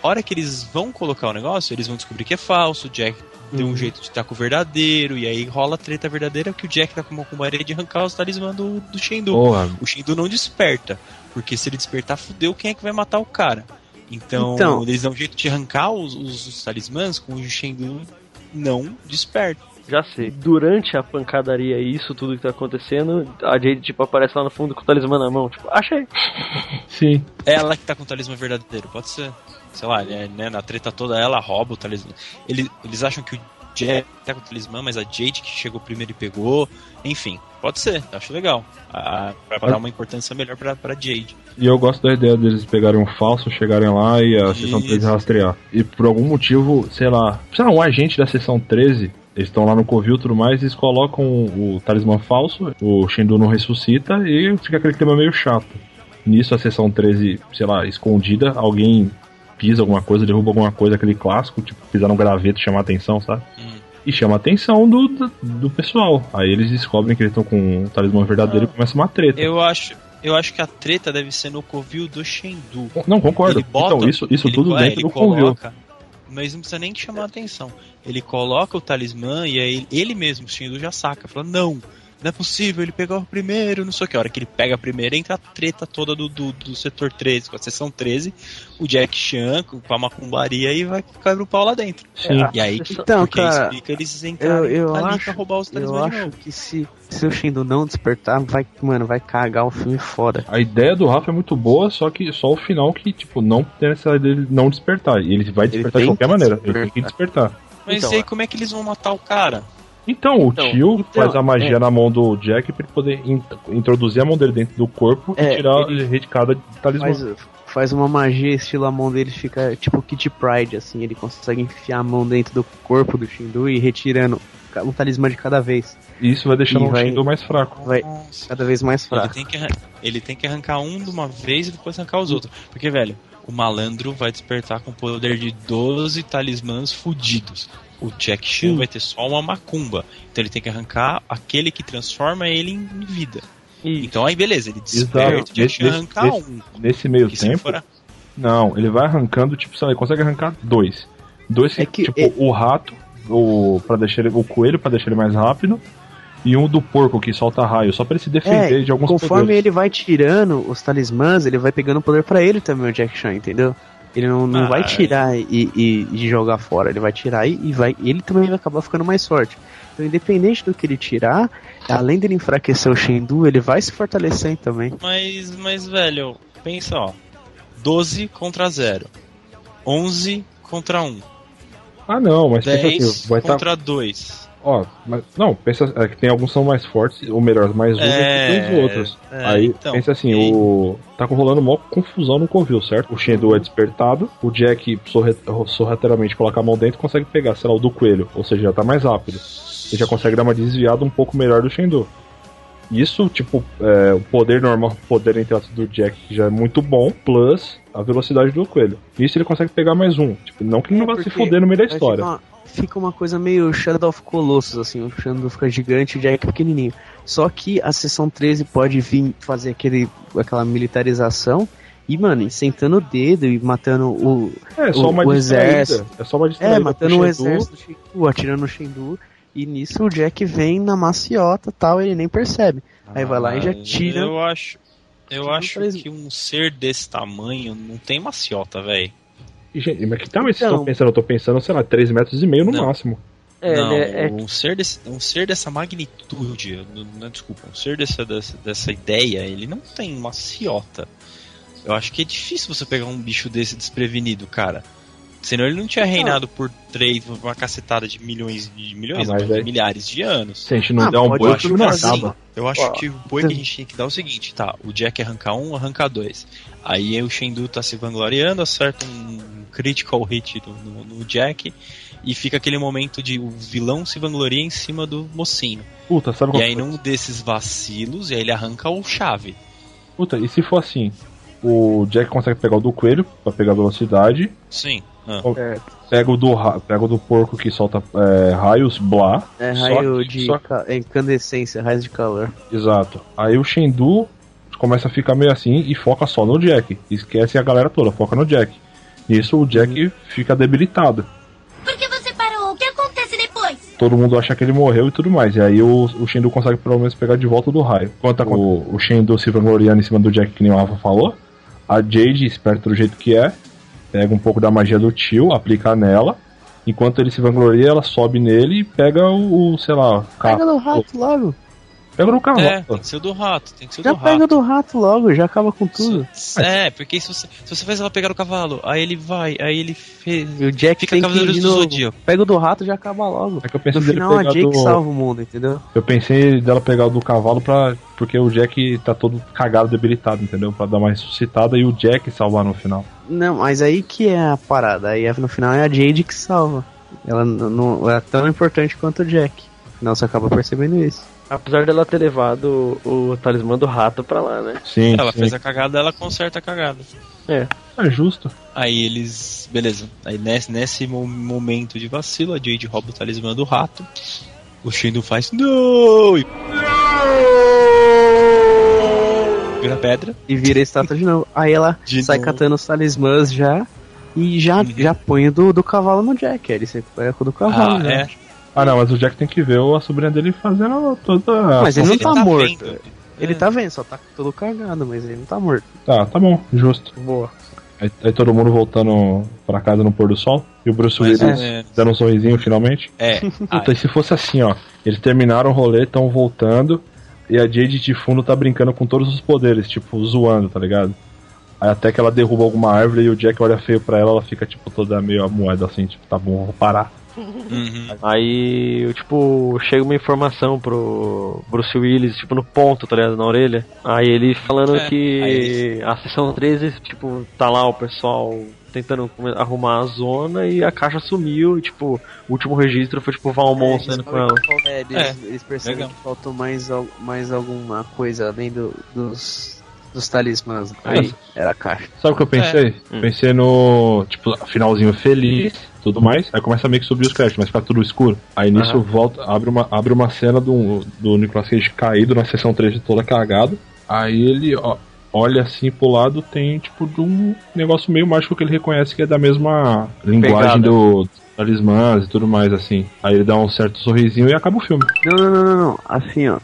Speaker 6: A hora que eles vão colocar o negócio, eles vão descobrir que é falso, o Jack deu um jeito de estar com o verdadeiro, e aí rola a treta verdadeira que o Jack tá com uma cumbaria de arrancar os talismã do, do Shendu.
Speaker 3: Porra.
Speaker 6: O Shendu não desperta, porque se ele despertar, fudeu quem é que vai matar o cara. Então,
Speaker 2: Então.
Speaker 6: eles dão um jeito de arrancar os, os- os talismãs com o Shendu não desperta.
Speaker 1: Já sei. Durante a pancadaria e isso tudo que tá acontecendo, a Jade, tipo, aparece lá no fundo com o talismã na mão. Tipo, achei.
Speaker 3: Sim.
Speaker 6: Ela que tá com o talismã verdadeiro, pode ser. Sei lá, né, né, na treta toda ela rouba o talismã. Ele- eles acham que o Jack tá com o talismã, mas a Jade que chegou primeiro e pegou. Enfim, pode ser, acho legal. Ah, pra dar uma importância melhor pra, pra Jade.
Speaker 3: E eu gosto da ideia deles pegarem um falso, chegarem lá e a sessão 13
Speaker 6: Isso.
Speaker 3: rastrear. E por algum motivo, sei lá, sei lá, um agente da sessão 13, eles estão lá no covil e tudo mais, eles colocam o talismã falso, o Shendu não ressuscita e fica aquele clima meio chato. Nisso a sessão 13, sei lá, escondida, alguém pisa alguma coisa, derruba alguma coisa, aquele clássico, tipo, pisar num graveto e chamar atenção, sabe? E chama a atenção do, do, do pessoal. Aí eles descobrem que eles estão com um talismã verdadeiro e começa uma treta.
Speaker 6: Eu acho, eu acho que a treta deve ser no covil do Shendu.
Speaker 3: Não, concordo.
Speaker 6: Ele bota-
Speaker 3: então, isso, isso
Speaker 6: ele
Speaker 3: tudo
Speaker 6: co- é,
Speaker 3: dentro
Speaker 6: ele
Speaker 3: do convívio.
Speaker 6: coloca, Mas não precisa nem que chamar a atenção. Ele coloca o talismã e aí ele mesmo, o Shindu, já saca. Fala, não, não é possível, ele pegou o primeiro, não sei o que. A hora que ele pega a primeira, entra a treta toda do, do, do setor 13, com a seção 13, o Jack Chan com com a macumbaria e vai cair o pau lá dentro.
Speaker 3: Sim.
Speaker 6: E aí,
Speaker 2: Então,
Speaker 6: porque
Speaker 2: cara,
Speaker 6: explica, eles
Speaker 2: Eu,
Speaker 6: entraram
Speaker 2: eu
Speaker 6: ali
Speaker 2: acho,
Speaker 6: pra roubar os
Speaker 2: eu
Speaker 6: talismãs de
Speaker 2: acho
Speaker 6: novo.
Speaker 2: que se, se o Shindo não despertar, vai, mano, vai cagar o filme foda.
Speaker 3: A ideia do Rafa é muito boa, só que só o final que, tipo, não tem necessidade dele não despertar. E ele vai despertar de
Speaker 2: tem
Speaker 3: qualquer
Speaker 2: que
Speaker 3: maneira.
Speaker 2: despertar.
Speaker 3: Ele tem que despertar.
Speaker 6: Mas
Speaker 2: Então,
Speaker 6: e aí, como é que eles vão matar o cara?
Speaker 3: Então, o
Speaker 2: Então,
Speaker 3: tio
Speaker 2: então,
Speaker 3: faz a magia
Speaker 2: é.
Speaker 3: na mão do Jack pra ele poder in- introduzir a mão dele dentro do corpo e
Speaker 2: É,
Speaker 3: tirar ele... de cada talismã.
Speaker 2: Faz, faz uma magia, estilo a mão dele fica tipo Kid Pride, assim, ele consegue enfiar a mão dentro do corpo do Shindu e ir retirando ca- um talismã de cada vez.
Speaker 3: E isso vai deixando
Speaker 2: E
Speaker 3: o
Speaker 2: vai-
Speaker 3: Shindo mais fraco.
Speaker 2: Vai
Speaker 6: Nossa.
Speaker 2: cada vez mais
Speaker 6: Ele
Speaker 2: fraco.
Speaker 6: tem, que, arran- ele tem que arrancar um de uma vez e depois arrancar os outros. Porque, velho, o malandro vai despertar com o poder de 12 talismãs fudidos. O Jack
Speaker 3: Hum.
Speaker 6: Chan vai ter só uma macumba. Então ele tem que arrancar aquele que transforma ele em vida.
Speaker 1: E
Speaker 6: Então aí, beleza, ele
Speaker 3: Exato.
Speaker 6: desperta, o Jack
Speaker 3: Esse-
Speaker 6: Chan arranca
Speaker 3: esse-
Speaker 6: um.
Speaker 3: Nesse meio
Speaker 6: Que se
Speaker 3: tempo.
Speaker 6: for a-
Speaker 3: Não, ele vai arrancando, tipo, sei lá, ele consegue arrancar dois. Dois,
Speaker 2: É que-
Speaker 3: tipo,
Speaker 2: é-
Speaker 3: o rato, o, pra deixar ele, o coelho pra deixar ele mais rápido, e um do porco que solta raio, só pra ele se defender de alguns
Speaker 2: É, Conforme
Speaker 3: poderes.
Speaker 2: ele vai tirando os talismãs, ele vai pegando poder pra ele também, o Jack Chan, entendeu? Ele não, não
Speaker 6: Ah,
Speaker 2: vai
Speaker 6: é.
Speaker 2: tirar e, e- e jogar fora, ele vai tirar e, e vai. Ele também vai acabar ficando mais forte. Então, independente do que ele tirar, além dele enfraquecer o Shendu, ele vai se fortalecer também.
Speaker 6: Mas, mas, velho, pensa, ó. 12 contra 0. 11 contra 1.
Speaker 3: Ah, não, mas pensa
Speaker 6: 10
Speaker 3: assim, vai estar.
Speaker 6: contra 2.
Speaker 3: Ó, mas, não, pensa é que tem alguns que são mais fortes, ou melhor, mais úteis que os outros.
Speaker 6: é,
Speaker 3: Aí,
Speaker 6: então,
Speaker 3: pensa assim,
Speaker 6: e-
Speaker 3: o. Tá rolando mó confusão no covil, certo? O Shendu é despertado, o Jack sorre- sorrateiramente coloca a mão dentro e consegue pegar, sei lá, o do coelho, ou seja, já tá mais rápido. Ele já consegue dar uma desviada um pouco melhor do Shendu. Isso, tipo, é, o poder normal, o poder entre aspas do Jack que já é muito bom, plus a velocidade do coelho. Isso ele consegue pegar mais um. Tipo, não que ele
Speaker 2: É,
Speaker 3: não vá se
Speaker 2: porque
Speaker 3: foder no meio da
Speaker 2: Aí
Speaker 3: história.
Speaker 2: Fica uma, fica uma coisa meio Shadow of Colossus, assim, o Shadow fica gigante e o Jack é pequenininho. Só que a sessão 13 pode vir fazer aquele, aquela militarização e, mano, sentando o dedo e matando o.
Speaker 3: É só
Speaker 2: o-
Speaker 3: uma
Speaker 2: o
Speaker 3: distraída.
Speaker 2: exército.
Speaker 3: É só uma
Speaker 2: É,
Speaker 3: distraída. pro
Speaker 2: matando o
Speaker 3: Shendu.
Speaker 2: exército do Shindu, atirando no Shindu. E nisso o Jack vem na maciota tal, ele nem percebe. Aí vai lá e já
Speaker 6: Ah,
Speaker 2: tira.
Speaker 6: Eu acho. Eu
Speaker 2: Tira
Speaker 6: acho
Speaker 2: três-
Speaker 6: que um ser desse tamanho não tem maciota, velho.
Speaker 3: E, gente, mas que tal vocês
Speaker 2: Então.
Speaker 3: estão pensando? Eu tô pensando, sei lá, 3 metros e meio no
Speaker 6: Não.
Speaker 3: máximo.
Speaker 1: é,
Speaker 6: não,
Speaker 1: né, é,
Speaker 6: um, ser desse, um ser dessa magnitude, eu não, não- desculpa, um ser dessa, dessa, dessa ideia, ele não tem maciota. Eu acho que é difícil você pegar um bicho desse desprevenido, cara. Senão ele não tinha
Speaker 2: Então-
Speaker 6: reinado por três, por uma cacetada de milhões de milhões,
Speaker 3: Ah, mas
Speaker 6: não, de
Speaker 2: é-
Speaker 3: aí-
Speaker 6: milhares de anos.
Speaker 3: Se a gente não
Speaker 2: Ah,
Speaker 3: der um
Speaker 2: pode
Speaker 3: boi,
Speaker 2: ir
Speaker 3: tudo
Speaker 2: pro
Speaker 3: não
Speaker 2: Brasil.
Speaker 3: acaba.
Speaker 6: Eu acho
Speaker 2: Ó,
Speaker 6: que o boi que a gente tinha que dar é o seguinte, tá? O Jack arranca um, arranca dois. Aí o Shendu tá se vangloriando, acerta um critical hit no, no- no Jack. E fica aquele momento de o vilão se vangloria em cima do mocinho.
Speaker 3: Puta,
Speaker 6: E
Speaker 3: sabe qual
Speaker 6: aí num desses vacilos, e aí ele arranca o chave.
Speaker 3: Puta, e se for assim? o Jack consegue pegar o do coelho pra pegar a velocidade.
Speaker 6: Sim. Ah.
Speaker 3: O- Pega o do, ra- pega o do porco que solta é, raios, blá.
Speaker 2: É
Speaker 3: Só
Speaker 2: raio
Speaker 3: que-
Speaker 2: de
Speaker 3: só-
Speaker 2: ca- é, incandescência, raio de calor.
Speaker 3: Exato. Aí o Shendu começa a ficar meio assim e foca só no Jack. Esquece a galera toda, foca no Jack. Nisso o Jack fica debilitado.
Speaker 5: Por que você parou? O que acontece depois?
Speaker 3: Todo mundo acha que ele morreu e tudo mais. E aí o, o Shendu consegue pelo menos pegar de volta do raio. Enquanto a- o, o Shendu se vangloriando em cima do Jack, que nem o Rafa falou, a Jade, esperta do jeito que é, pega um pouco da magia do tio, aplica nela. Enquanto ele se vangloria, ela sobe nele e pega o, o, sei lá, carro.
Speaker 2: Pega no rato logo.
Speaker 3: Pega no
Speaker 2: Ah,
Speaker 3: carro.
Speaker 6: É, tem que ser o do rato, tem que ser o
Speaker 2: Já
Speaker 6: do rato.
Speaker 2: pega do rato logo, já acaba com tudo.
Speaker 6: É, porque se você, se você faz ela pegar o cavalo, aí ele vai, aí ele fez.
Speaker 2: E o Jack tá tem
Speaker 6: Fica
Speaker 2: que
Speaker 6: Cavaleiros
Speaker 2: ir
Speaker 6: do
Speaker 2: no-
Speaker 6: Zodíaco.
Speaker 2: Pega o do rato e já acaba logo.
Speaker 3: É que eu pensei
Speaker 2: No
Speaker 3: dele
Speaker 2: final a
Speaker 3: pegar
Speaker 2: Jake
Speaker 3: do-
Speaker 2: salva o mundo, entendeu?
Speaker 3: Eu pensei dela pegar o do cavalo pra. Porque o Jack tá todo cagado, debilitado, entendeu? Pra dar uma ressuscitada e o Jack salvar no final.
Speaker 2: Não, mas aí que é a parada. Aí no final é a Jade que salva. Ela n- não é tão importante quanto o Jack. No final você acaba percebendo isso.
Speaker 1: Apesar dela ter levado o, o talismã do rato pra lá, né?
Speaker 3: Sim,
Speaker 6: Ela
Speaker 3: sim.
Speaker 6: fez a cagada, ela conserta a cagada.
Speaker 1: É.
Speaker 3: É justo.
Speaker 6: Aí eles. Beleza. Aí nesse, nesse mo- momento de vacilo, a Jade rouba o talismã do rato. O Shindo faz. Não! E... Vira pedra.
Speaker 2: E vira a estátua de novo. Aí ela
Speaker 6: De
Speaker 2: sai
Speaker 6: novo. Uhum.
Speaker 2: catando os talismãs já. E já, já põe o do, do cavalo no Jack. Aí ele se pega com o do cavalo.
Speaker 6: Ah,
Speaker 2: né?
Speaker 6: é.
Speaker 3: Ah não, mas o Jack tem que ver a sobrinha dele fazendo toda.
Speaker 2: Mas ele não
Speaker 6: Ele
Speaker 2: tá,
Speaker 6: tá
Speaker 2: morto.
Speaker 6: vendo.
Speaker 2: Ele
Speaker 6: É.
Speaker 2: tá vendo, só tá todo cagado, mas ele não tá morto.
Speaker 3: Tá, tá bom, justo.
Speaker 1: Boa.
Speaker 3: Aí, aí todo mundo voltando pra casa no pôr do sol. E o Bruce
Speaker 6: Mais
Speaker 3: Willis
Speaker 6: ou menos.
Speaker 3: dando um sorrisinho finalmente.
Speaker 2: [laughs]
Speaker 6: É.
Speaker 3: Puta, e se fosse assim, ó? Eles terminaram o rolê, estão voltando, e a Jade de fundo tá brincando com todos os poderes, tipo, zoando, tá ligado? Aí até que ela derruba alguma árvore e o Jack olha feio pra ela, ela fica, tipo, toda meio amuada assim, tipo, tá bom, vou parar.
Speaker 6: Uhum.
Speaker 1: Aí, eu, tipo, chega uma informação pro Bruce Willis, tipo, no ponto, tá ligado? Na orelha. Aí ele falando
Speaker 6: É, aí
Speaker 1: que
Speaker 6: ele-
Speaker 1: a sessão 13, tipo, tá lá o pessoal tentando come- arrumar a zona e a caixa sumiu. E, tipo, o último registro foi, tipo, o Valmont saindo com ela.
Speaker 2: É, eles,
Speaker 6: É,
Speaker 2: eles percebem
Speaker 6: legal.
Speaker 2: que faltou mais, al- mais alguma coisa além do- dos, dos talismãs.
Speaker 1: É
Speaker 3: Aí.
Speaker 2: Aí era a caixa.
Speaker 3: Sabe o que eu pensei? Pensei no, tipo, finalzinho feliz, tudo mais. Aí começa meio que subir os créditos, mas fica tudo escuro. Aí nisso volta, abre uma, abre uma cena do, do Nicolas Cage caído na sessão 3 toda cagado. Aí ele ó, olha assim pro lado, tem tipo de um negócio meio mágico que ele reconhece que é da mesma
Speaker 1: Pegada.
Speaker 3: linguagem do dos talismãs e tudo mais assim. Aí ele dá um certo sorrisinho e acaba o filme.
Speaker 2: Não, não, não, não, não. Assim, ó.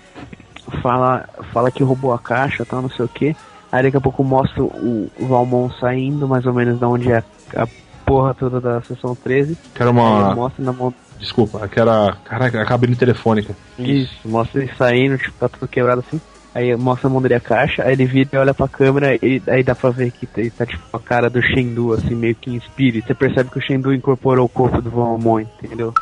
Speaker 2: Fala, fala que roubou a caixa, tal, não sei o que. Aí daqui a pouco mostra o o Valmont saindo, mais ou menos da onde é a porra toda da sessão 13.
Speaker 3: Que era
Speaker 2: Aí ele
Speaker 3: uma.
Speaker 2: mostra na mão.
Speaker 3: Desculpa, que era. Caraca, a cabine telefônica.
Speaker 2: Isso, mostra ele saindo, tipo, tá tudo quebrado assim. Aí mostra a mão dele a caixa, aí ele vira e olha pra câmera, e aí dá pra ver que ele tá tipo a cara do Shendu, assim, meio que em espírito. Você percebe que o Shendu incorporou o corpo do Valmont, entendeu?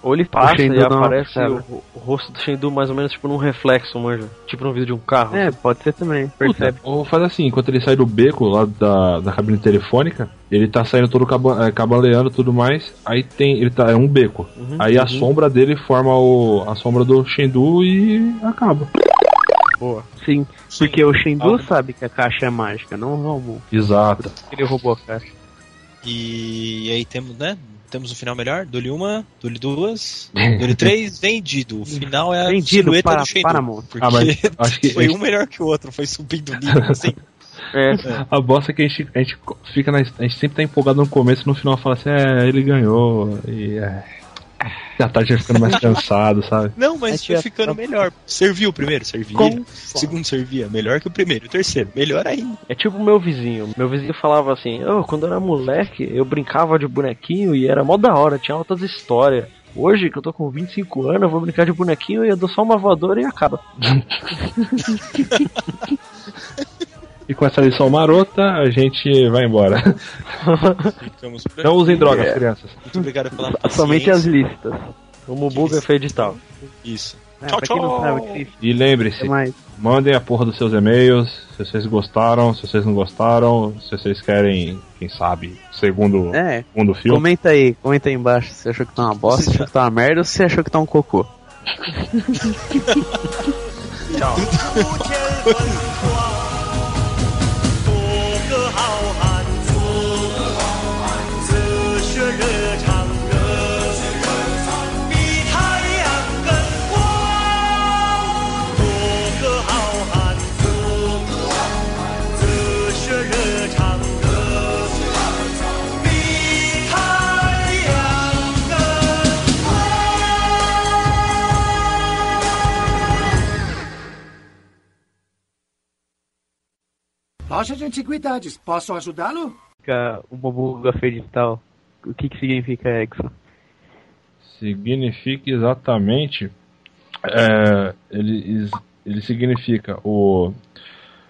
Speaker 1: Ou ele passa
Speaker 2: Shendu
Speaker 1: e né,
Speaker 2: dá uma
Speaker 1: aparece
Speaker 2: puxada.
Speaker 1: o, ro- tipo, o rosto do Shendu mais ou menos, tipo, num reflexo, manja. Tipo num vídeo de um carro.
Speaker 2: É, pode ser também,
Speaker 3: Puta,
Speaker 2: percebe.
Speaker 3: ou faz assim, enquanto ele sai do beco lá da, da cabine telefônica, ele tá saindo todo caba- eh, cabaleando e tudo mais, aí tem, ele tá, é um beco. aí a sombra dele forma o, a sombra do Shendu e acaba.
Speaker 2: Sim, porque o Shendu
Speaker 6: Algo-
Speaker 2: sabe que a caixa é mágica, não o Valmont.
Speaker 3: Exato.
Speaker 1: assim,
Speaker 2: Ele roubou a caixa.
Speaker 6: E aí temos, né? Temos um final melhor. Dole uma, dole
Speaker 2: [laughs]
Speaker 6: duas, dole três, vendido. O final é a
Speaker 2: Vendido
Speaker 6: silhueta
Speaker 2: para
Speaker 6: do Shendu.
Speaker 2: Paramount.
Speaker 6: Porque
Speaker 3: Ah, mas acho que-
Speaker 6: [laughs] foi um melhor que o outro, foi subindo o nível,
Speaker 2: [laughs]
Speaker 6: assim.
Speaker 1: É. [laughs]
Speaker 3: A bosta é que a gente, a gente co- fica na, a gente sempre tá empolgado no começo e no final fala assim, é, ele ganhou, e é. Já tá já ficando mais cansado, sabe?
Speaker 6: Não, mas
Speaker 2: Aí
Speaker 6: foi
Speaker 2: tinha-
Speaker 6: ficando melhor. Serviu o primeiro, servia.
Speaker 2: tá- Com-
Speaker 6: O segundo servia, melhor que o primeiro. O terceiro, melhor ainda.
Speaker 1: É tipo o meu vizinho. Meu vizinho falava assim: "Ô, quando eu era moleque, eu brincava de bonequinho e era mó da hora, tinha altas histórias. Hoje, que eu tô com 25 anos, eu vou brincar de bonequinho e eu dou só uma voadora e acaba.
Speaker 3: E com essa lição marota, a gente vai embora.
Speaker 6: Ficamos por aqui.
Speaker 3: Não usem drogas, crianças.
Speaker 6: Muito obrigado pela
Speaker 2: [laughs] Somente
Speaker 6: paciência.
Speaker 2: as listas.
Speaker 1: O Mubuga foi edital.
Speaker 6: Isso.
Speaker 2: É,
Speaker 6: Tchau,
Speaker 2: pra quem não
Speaker 6: tchau.
Speaker 2: sabe o que
Speaker 3: E
Speaker 2: é
Speaker 3: lembre-se,
Speaker 2: mais.
Speaker 3: Mandem a porra dos seus e-mails, se vocês gostaram, se vocês não gostaram, se vocês querem, quem sabe, segundo,
Speaker 2: É,
Speaker 3: segundo filme.
Speaker 2: Comenta aí, comenta aí embaixo se você achou que tá uma bosta,
Speaker 11: [laughs]
Speaker 2: se achou que tá uma merda ou se você achou que tá um cocô.
Speaker 6: Tchau.
Speaker 4: Loja de antiguidades, posso ajudá-lo?
Speaker 11: significa o Bobuga Fedital? O que, que significa Exo?
Speaker 3: Significa exatamente. é, ele, ele significa o.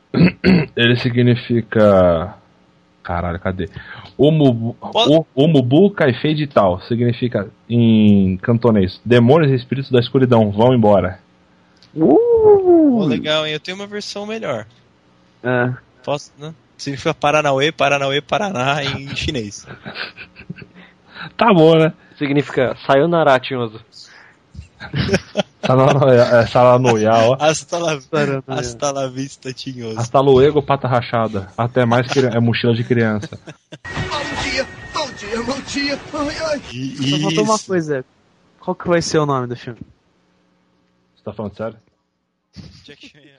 Speaker 3: [clears throat] ele significa. Caralho, cadê? Omubu, o- Omubu Kaifei de Tal. Significa em cantonês: Demônios e espíritos da escuridão, vão embora.
Speaker 6: Pô, legal, hein? Eu tenho uma versão melhor.
Speaker 2: Ah,
Speaker 6: Posso, né? Significa Paranauê, Paranauê, Paraná em
Speaker 2: [laughs]
Speaker 6: chinês.
Speaker 3: Tá bom, né?
Speaker 1: Significa sayonara, tinhoso.
Speaker 3: Salanoia- é, Salanoia, ó.
Speaker 6: Hasta la, hasta la vista,
Speaker 2: Ah,
Speaker 6: tinhoso.
Speaker 3: Hasta luego, pata rachada. Até mais, cri- é mochila de criança.
Speaker 4: Bom dia, bom dia. Ai, ai.
Speaker 2: Só faltou uma coisa. Qual que vai ser o nome do filme?
Speaker 3: Você tá falando sério?
Speaker 6: Jack Chan.